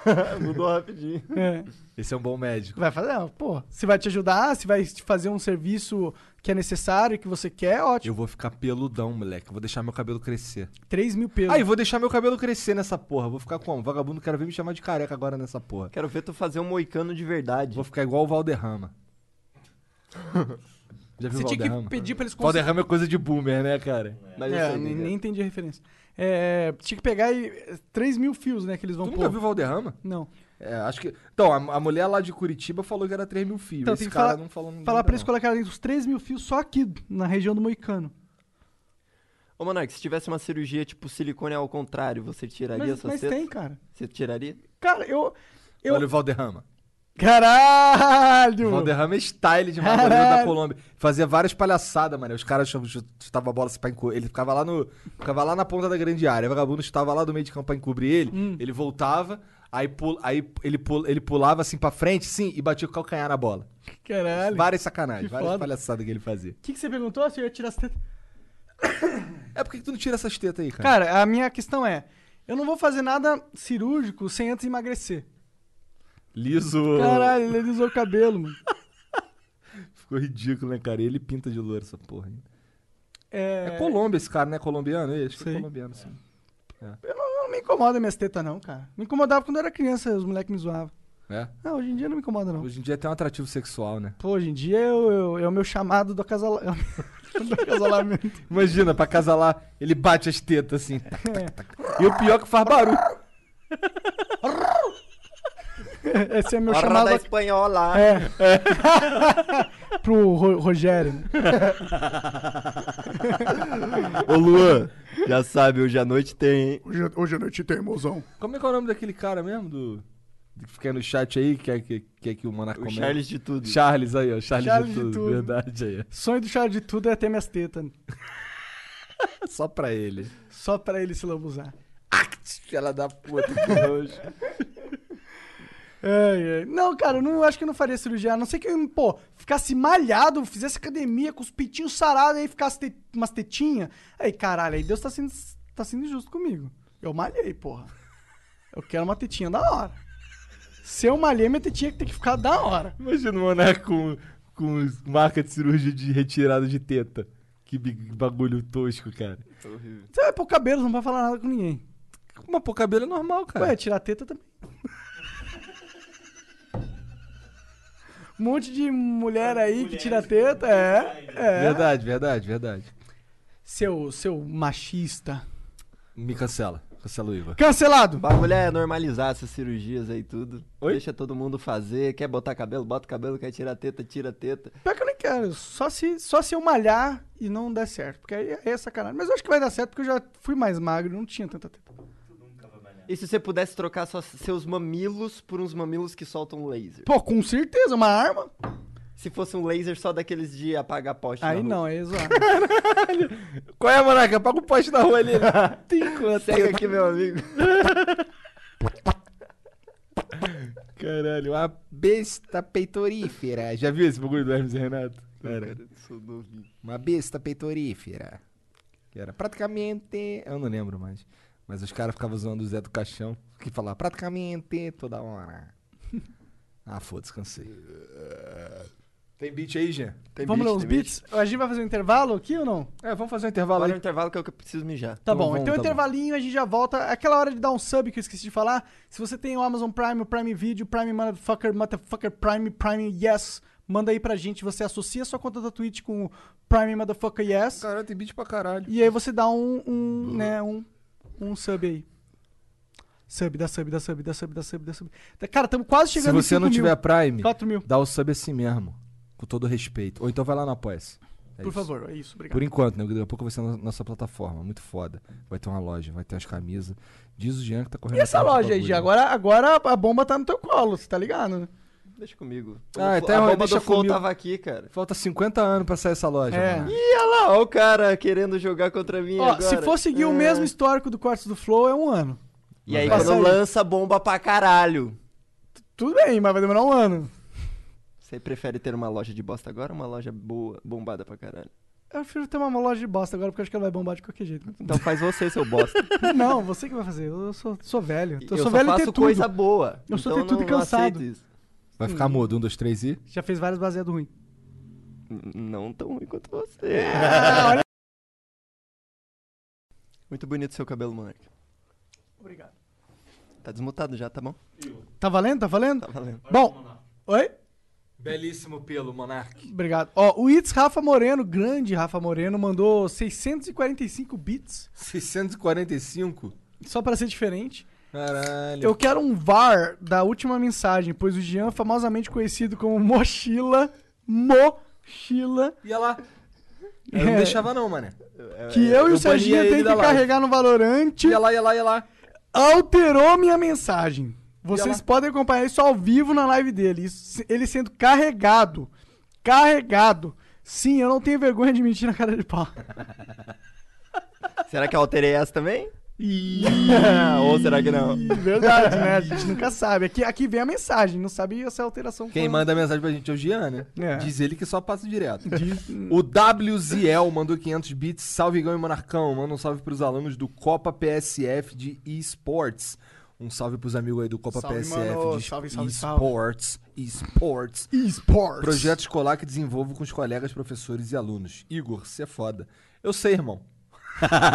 Mudou rapidinho. É. Esse é um bom médico. Vai fazer, não, pô. Se vai te ajudar, se vai te fazer um serviço que é necessário, que você quer, ótimo. Eu vou ficar peludão, moleque. Eu vou deixar meu cabelo crescer. 3 mil pesos. Ah, e vou deixar meu cabelo crescer nessa porra. Vou ficar como? Vagabundo, quero ver me chamar de careca agora nessa porra. Quero ver tu fazer um moicano de verdade. Vou ficar igual o Valderrama. Já viu você o tinha Valderrama? que pedir pra eles conseguirem. Valderrama é coisa de boomer, né, cara? Mas eu É, sei, nem, né? nem entendi a referência. É, tinha que pegar e 3 mil fios, né, que eles vão Tu pôr. nunca viu o Valderrama? Não. É, acho que. Então, a, a mulher lá de Curitiba falou que era 3 mil fios. Então, Esse tem que cara falar- não falou nada. Falar pra eles não. colocarem os 3 mil fios só aqui, na região do Moicano. Ô, Monark, se tivesse uma cirurgia tipo silicone ao contrário, você tiraria Mas, suas mas tetas? tem, cara. Você tiraria? Cara, eu. eu... Olha o Valderrama. Caralho! O Valderrama é style de magoeiro da Colômbia. Fazia várias palhaçadas, mano. Os caras chutavam- chutavam a bola assim pra encobrir. Ele ficava lá, no, ficava lá na ponta da grande área. O vagabundo estava lá do meio de campo pra encobrir ele. Ele voltava, aí, pul- aí ele, pul- ele pulava assim pra frente, sim, e batia o calcanhar na bola. Caralho. Várias sacanagens, que várias foda. palhaçadas que ele fazia. O que, que você perguntou se eu ia tirar as tetas? É por que que tu não tira essas tetas aí, cara? Cara, a minha questão é: eu não vou fazer nada cirúrgico sem antes emagrecer. Liso. Caralho, ele alisou o cabelo, mano. Ficou ridículo, né, cara? E Ele pinta de louro essa porra. hein? É, É, Colômbia esse cara, né? Colombiano? Ele? Acho que é Sei. colombiano, sim. eu não, eu não me incomoda minhas tetas, não, cara. Me incomodava quando eu era criança, os moleques me zoavam. É. Não, hoje em dia não me incomoda, não. Hoje em dia tem um atrativo sexual, né? Pô, hoje em dia eu, eu- é o meu chamado do, acasala... do acasalamento. Imagina, pra casalar, ele bate as tetas assim. tac, tac, tac. E o pior é que faz barulho. Esse é meu Hora chamado da espanhola! É. Pro Ro- Rogério. né? Ô, Luan, já sabe, hoje à noite tem, hein? Hoje, hoje à noite tem, mozão. Como é que é o nome daquele cara mesmo? Do... Que fica aí no chat aí, que é que, que, é que o Monaco O comenta? Charles de tudo. Charles aí, ó. Charles, Charles de, de tudo, tudo. Verdade aí. Sonho do Charles de tudo é ter minhas tetas. ó. Só pra ele. Só pra ele se lambuzar. Ela dá puta que nojo. Ai, ai. Não, cara, eu não, acho que eu não faria cirurgia. A não ser que eu, pô, ficasse malhado, fizesse academia com os pitinhos sarados aí ficasse te, umas tetinhas. Aí, caralho, aí Deus tá sendo, tá sendo injusto comigo. Eu malhei, porra. Eu quero uma tetinha da hora. Se eu malhei, minha tetinha tem que ficar da hora. Imagina o Monark com, com marca de cirurgia de retirada de teta. Que big- bagulho tosco, cara. Você vai pôr cabelo, você não vai falar nada com ninguém. Mas pô, cabelo é normal, cara. Ué, tirar a teta também. Um monte de mulher aí que tira a teta, é. é. Verdade, verdade, verdade. Seu, seu machista. Me cancela. Cancela o Iva. Cancelado! O bagulho é normalizar essas cirurgias aí tudo. Oi? Deixa todo mundo fazer. Quer botar cabelo, bota cabelo. Quer tirar teta, tira teta. Pior que eu nem quero, só se, só se eu malhar e não der certo, porque aí é sacanagem. Mas eu acho que vai dar certo, porque eu já fui mais magro, não tinha tanta teta. E se você pudesse trocar suas- seus mamilos por uns mamilos que soltam laser? Pô, com certeza, uma arma? Se fosse um laser só daqueles de apagar poste. Aí na rua. não, é exato. Qual é, Monark? Apaga o poste da rua ali. Tem quanto? Pega aqui, meu amigo. Caralho, uma besta peitorífera. Já viu esse bagulho do Hermes e Renato? Cara, uma besta peitorífera. Que era praticamente. Eu não lembro mais. Mas os caras ficavam zoando o Zé do Caixão. Que falava praticamente toda hora. ah, foda-se, cansei. Tem beat aí, Jean? Tem Vamos ler uns beats? A gente vai fazer um intervalo aqui ou não? É, vamos fazer um intervalo Bora no aí. intervalo que é o que eu preciso mijar. Tá Então bom, vamos, então tá bom. intervalinho, a gente já volta. Aquela hora de dar um sub que eu esqueci de falar. Se você tem o Amazon Prime, o Prime Video, Prime Motherfucker, Motherfucker Prime, Prime Yes, manda aí pra gente. Você associa a sua conta da Twitch com o Prime Motherfucker Yes. Caralho, tem beat pra caralho. E aí você dá um, um, né, um, um sub aí. Sub, dá sub, dá sub, dá sub, dá sub, dá sub. Tá- Cara, estamos quase Se chegando em você não 5 mil. tiver Prime, 4 mil, dá o sub assim mesmo. Com todo respeito. Ou então vai lá no Apoia-se. É por isso. favor. É isso, obrigado. Por enquanto, né? Daqui a pouco vai ser na nossa plataforma. Muito foda. Vai ter uma loja, vai ter as camisas. Diz o Jean que tá correndo. E essa atrás do loja aí, bagulho. Gia? Agora, agora a bomba tá no teu colo, você tá ligado? né? Deixa comigo. Ah, O- então a bomba deixa do Flow comigo. tava aqui, cara. Falta 50 anos pra sair essa loja, É. mano. Ih, olha lá, olha o cara querendo jogar contra mim Ó, agora. se for seguir o É. mesmo histórico do Cortes do Flow, é um ano. E aí, Vai quando sair. lança bomba pra caralho. Tudo bem, mas vai demorar um ano. Você prefere ter uma loja de bosta agora ou uma loja boa, bombada pra caralho? Eu prefiro ter uma loja de bosta agora, porque eu acho que ela vai bombar de qualquer jeito. Então faz você, seu bosta. Não, você que vai fazer. Eu sou, sou velho. Eu, eu sou só velho em ter faço tudo. coisa boa. Eu sou então ter tudo não, e cansado. Não, aceito isso. Vai Hum. ficar mudo. Um, dois, três e. Já fez várias baseadas ruins. N- não tão ruim quanto você. Ah, Muito bonito seu cabelo, moleque. Obrigado. Tá desmutado já, tá bom? Tá valendo? Tá valendo? Tá valendo. Bom. Oi? Belíssimo pelo, Monark. Obrigado. Ó, o Itz Rafa Moreno, grande Rafa Moreno, mandou 645 bits, 645? só pra ser diferente. Caralho. Eu quero um VAR da última mensagem, pois o Jean, famosamente conhecido como Mochila, Mochila, Ia lá. Eu não É. deixava, não, mano. que eu, e o É, eu Serginho bania ele tem que da live. carregar Hum. no Valorante, Ia lá, ia lá, ia lá. alterou minha mensagem. Vocês lá. podem acompanhar isso ao vivo na live dele. Isso- Ele sendo carregado. Carregado. Sim, eu não tenho vergonha de mentir na cara de pau. Será que eu alterei essa também? ou será que não? Ih, Verdade, né? A gente nunca sabe. Aqui, aqui vem a mensagem, não sabe essa alteração. Quem foi- manda mensagem pra gente é o Gian, né? É. Diz ele que só passa direto. O WZL mandou 500 bits. Salve, Igão e Monarcão. Manda um salve pros alunos do Copa PSF de Esports. Um salve pros amigos aí do Copa Salve, PSF mano. de Salve, salve, salve. Esports. Esports. Esports. Projeto escolar que desenvolvo com os colegas, professores e alunos. Igor, você é foda. Eu sei, irmão.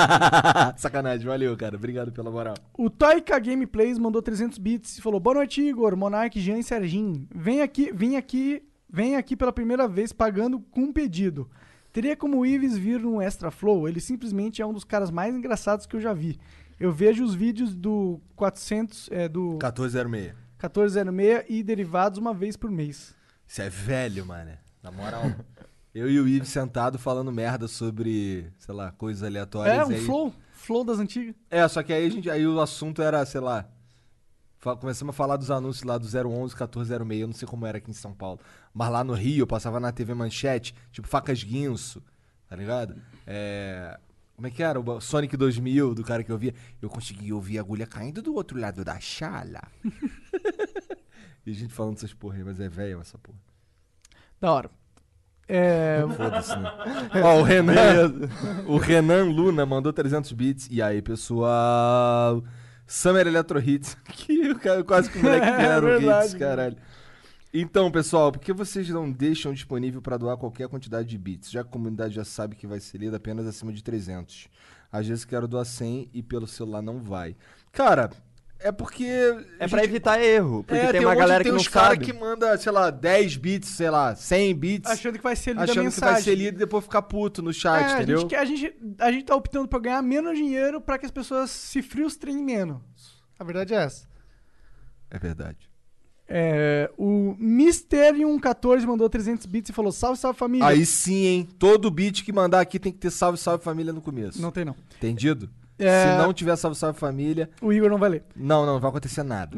Sacanagem, valeu, cara. Obrigado pela moral. O Toika Gameplays mandou 300 bits e falou: Boa noite, Igor, Monark, Jean e Serginho. Vem aqui, vim aqui, vem aqui pela primeira vez pagando com um pedido. Teria como o Ives vir num Extra Flow? Ele simplesmente é um dos caras mais engraçados que eu já vi. Eu vejo os vídeos do 400, é, do 1406. 1406 e derivados uma vez por mês. Você é velho, mano. Na moral. eu e o Ives sentado falando merda sobre, sei lá, coisas aleatórias. É, um aí... flow? Flow das antigas? É, só que aí, a gente, aí o assunto era, sei lá. fa- Começamos a falar dos anúncios lá do 011, 1406, eu não sei como era aqui em São Paulo. Mas lá no Rio, eu passava na TV Manchete, tipo Facas Guinso, tá ligado? É. Como é que era? O ba- Sonic 2000, do cara que eu via. Eu consegui ouvir a agulha caindo do outro lado da chala. E a gente falando essas porra aí, mas é velho essa porra. Da hora. É, Foda-se, né? Ó, o Renan. o Renan Luna mandou 300 bits. E aí, pessoal? Summer Electro Hits. que o cara- quase que o moleque É vieram hits, verdade. caralho. Então, pessoal, por que vocês não deixam disponível para doar qualquer quantidade de bits? Já que a comunidade já sabe que vai ser lida apenas acima de 300. Às vezes quero doar 100 e pelo celular não vai. Cara, é porque. É a pra gente- evitar erro, porque É, tem, tem uma onde galera tem que não uns cara sabe. que manda, sei lá, 10 bits, sei lá, 100 bits achando que vai ser lida achando a que mensagem. vai ser lido e depois ficar puto no É, chat, a, entendeu? gente, quer- a, gente, a gente tá optando por ganhar menos dinheiro pra que as pessoas se frustrem menos. A verdade é essa. É verdade. É, o Mysterium14 mandou 300 bits e falou: Salve, salve família. Aí sim, hein? Todo beat que mandar aqui tem que ter salve, salve família no começo. Não tem, não. Entendido? É. Se não tiver salve, salve família, O Igor não vai ler. não, não, não vai acontecer nada.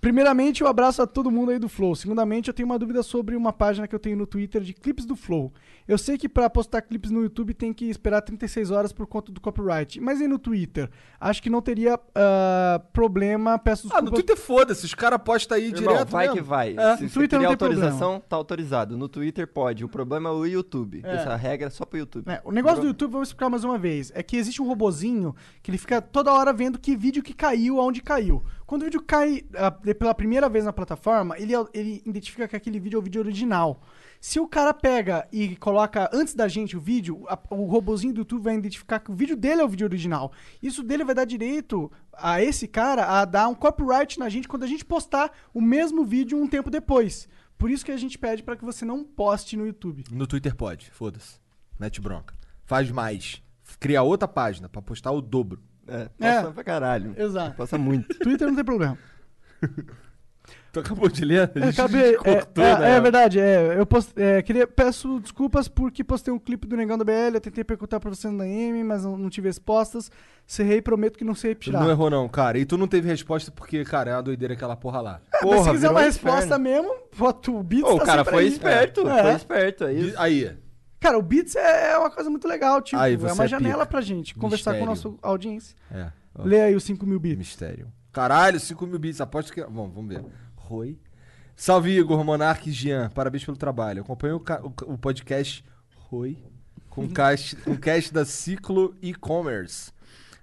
Primeiramente, um abraço a todo mundo aí do Flow. Segundamente, eu tenho uma dúvida sobre uma página que eu tenho no Twitter de clipes do Flow. Eu sei que pra postar clipes no YouTube tem que esperar 36 horas por conta do copyright, mas e no Twitter? Acho que não teria ah, problema, peço ah, no desculpas. Twitter foda-se, os caras postam aí Irmão, direto vai mesmo. que vai. É. Se no você Twitter tiver não tem autorização, tá autorizado. No Twitter pode. O problema é o YouTube. Essa regra é só pro YouTube. É, o negócio do YouTube, vamos explicar mais uma vez, é que existe um robozinho que ele fica toda hora vendo que vídeo que caiu, aonde caiu. Quando o vídeo cai ah, de- pela primeira vez na plataforma, ele, ele identifica que aquele vídeo é o vídeo original. Se o cara pega e coloca antes da gente o vídeo, a- o robozinho do YouTube vai identificar que o vídeo dele é o vídeo original. Isso dele vai dar direito a esse cara a dar um copyright na gente quando a gente postar o mesmo vídeo um tempo depois. Por isso que a gente pede para que você não poste no YouTube. No Twitter pode, foda-se. Mete bronca. Faz mais. Cria outra página pra postar o dobro. É, passa pra caralho. Exato. Passa muito. Twitter não tem problema. Tu acabou de ler? A É, gente acabei- é, cortou, é, né? é verdade, é, eu post- é, queria, peço desculpas porque postei um clipe do Negão da BL, eu tentei perguntar pra você na M, mas não, não tive respostas. Cerrei, prometo que não sei Tu tirar. não é errou não, cara. E tu não teve resposta porque, cara, é uma doideira aquela porra lá. Porra, se Porra, quiser virou uma um resposta inferno. mesmo, bota o Beats Ô, o tá cara sempre foi aí. esperto, É. foi esperto. É isso. Aí, Cara, o Beats é, é uma coisa muito legal, tipo, Aí, é você uma é janela pica. pra gente conversar com a Mistério. nossa audiência. é. ó. Lê aí os 5 mil bits. Mistério. Caralho, 5 mil bits. Aposto que. Bom, vamos ver. Roi. Salve, Igor, Monark e Jean. Parabéns pelo trabalho. Acompanho o, ca- o- o podcast Roi com cast, com cast da Ciclo E-Commerce.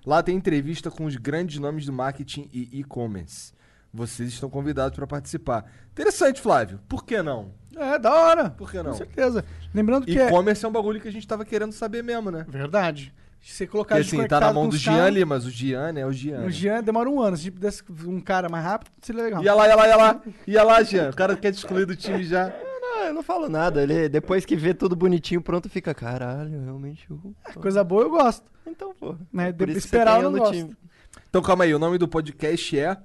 Lá tem entrevista com os grandes nomes do marketing e e-commerce. Vocês estão convidados para participar. Interessante, Flávio. Por que não? É, da hora. Por que Com não? certeza. Lembrando que é... E-commerce é um bagulho que a gente tava querendo saber mesmo, né? Verdade. Se você colocar Porque a gente assim, tá na conectado mão com do os Jean caras- ali, mas o Jean né, é o Jean. O né? Jean demora um ano. Se desse um cara mais rápido, seria legal. Ia lá, ia lá, ia lá. Ia lá, Jean. O cara quer te excluir do time já. Não, eu não falo nada. Ele, depois que vê tudo bonitinho, pronto, fica. Caralho, realmente. uh, Coisa boa eu gosto. Então, porra. Né? Por De- isso que você esperar tem eu não no gosto. time. Então calma aí, o nome do podcast é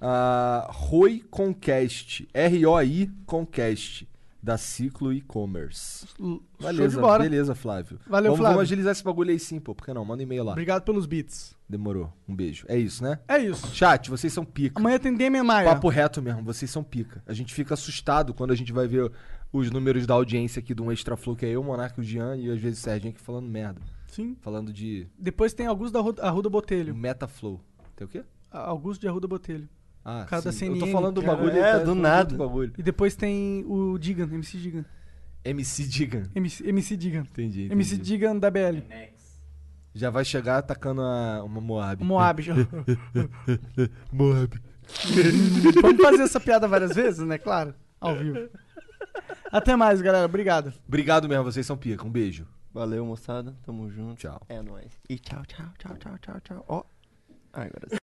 ah, Roi Conquest. R-O-I Conquest. Da Ciclo E-Commerce. L- Show de Beleza, bola. beleza, Flávio. Valeu, vamos, Flávio. Vamos agilizar esse bagulho aí sim, pô. Por que não? Manda um e-mail lá. Obrigado pelos beats. Demorou. Um beijo. É isso, né? É isso. Chat, vocês são pica. Amanhã tem Demian Maia. Papo reto mesmo, vocês são pica. A gente fica assustado quando a gente vai ver os números da audiência aqui do um Extra Flow, que é eu, o Monarca, o Jean e às vezes o Serginho aqui falando merda. Sim. Falando de Depois tem Augusto da Arru- Arruda Botelho. Metaflow. Tem o quê? A- Augusto de Arruda Botelho. Ah, Cada sim. Eu tô CNN, falando do cara. bagulho. É, tá? do Eu tô nada. falando do bagulho. E depois tem o Digan, MC Digan. MC Digan. MC, MC Digan. Entendi, entendi. MC Digan da BL. Next. Já vai chegar atacando a- uma Moab. Moab. Moab. Vamos fazer essa piada várias vezes, né? Claro. Ao vivo. Até mais, galera. Obrigado. Obrigado mesmo, vocês são pica. Um beijo. Valeu, moçada. Tamo junto. Tchau. É nóis. E tchau, tchau, tchau, tchau, tchau, tchau. Ó. Agora sim.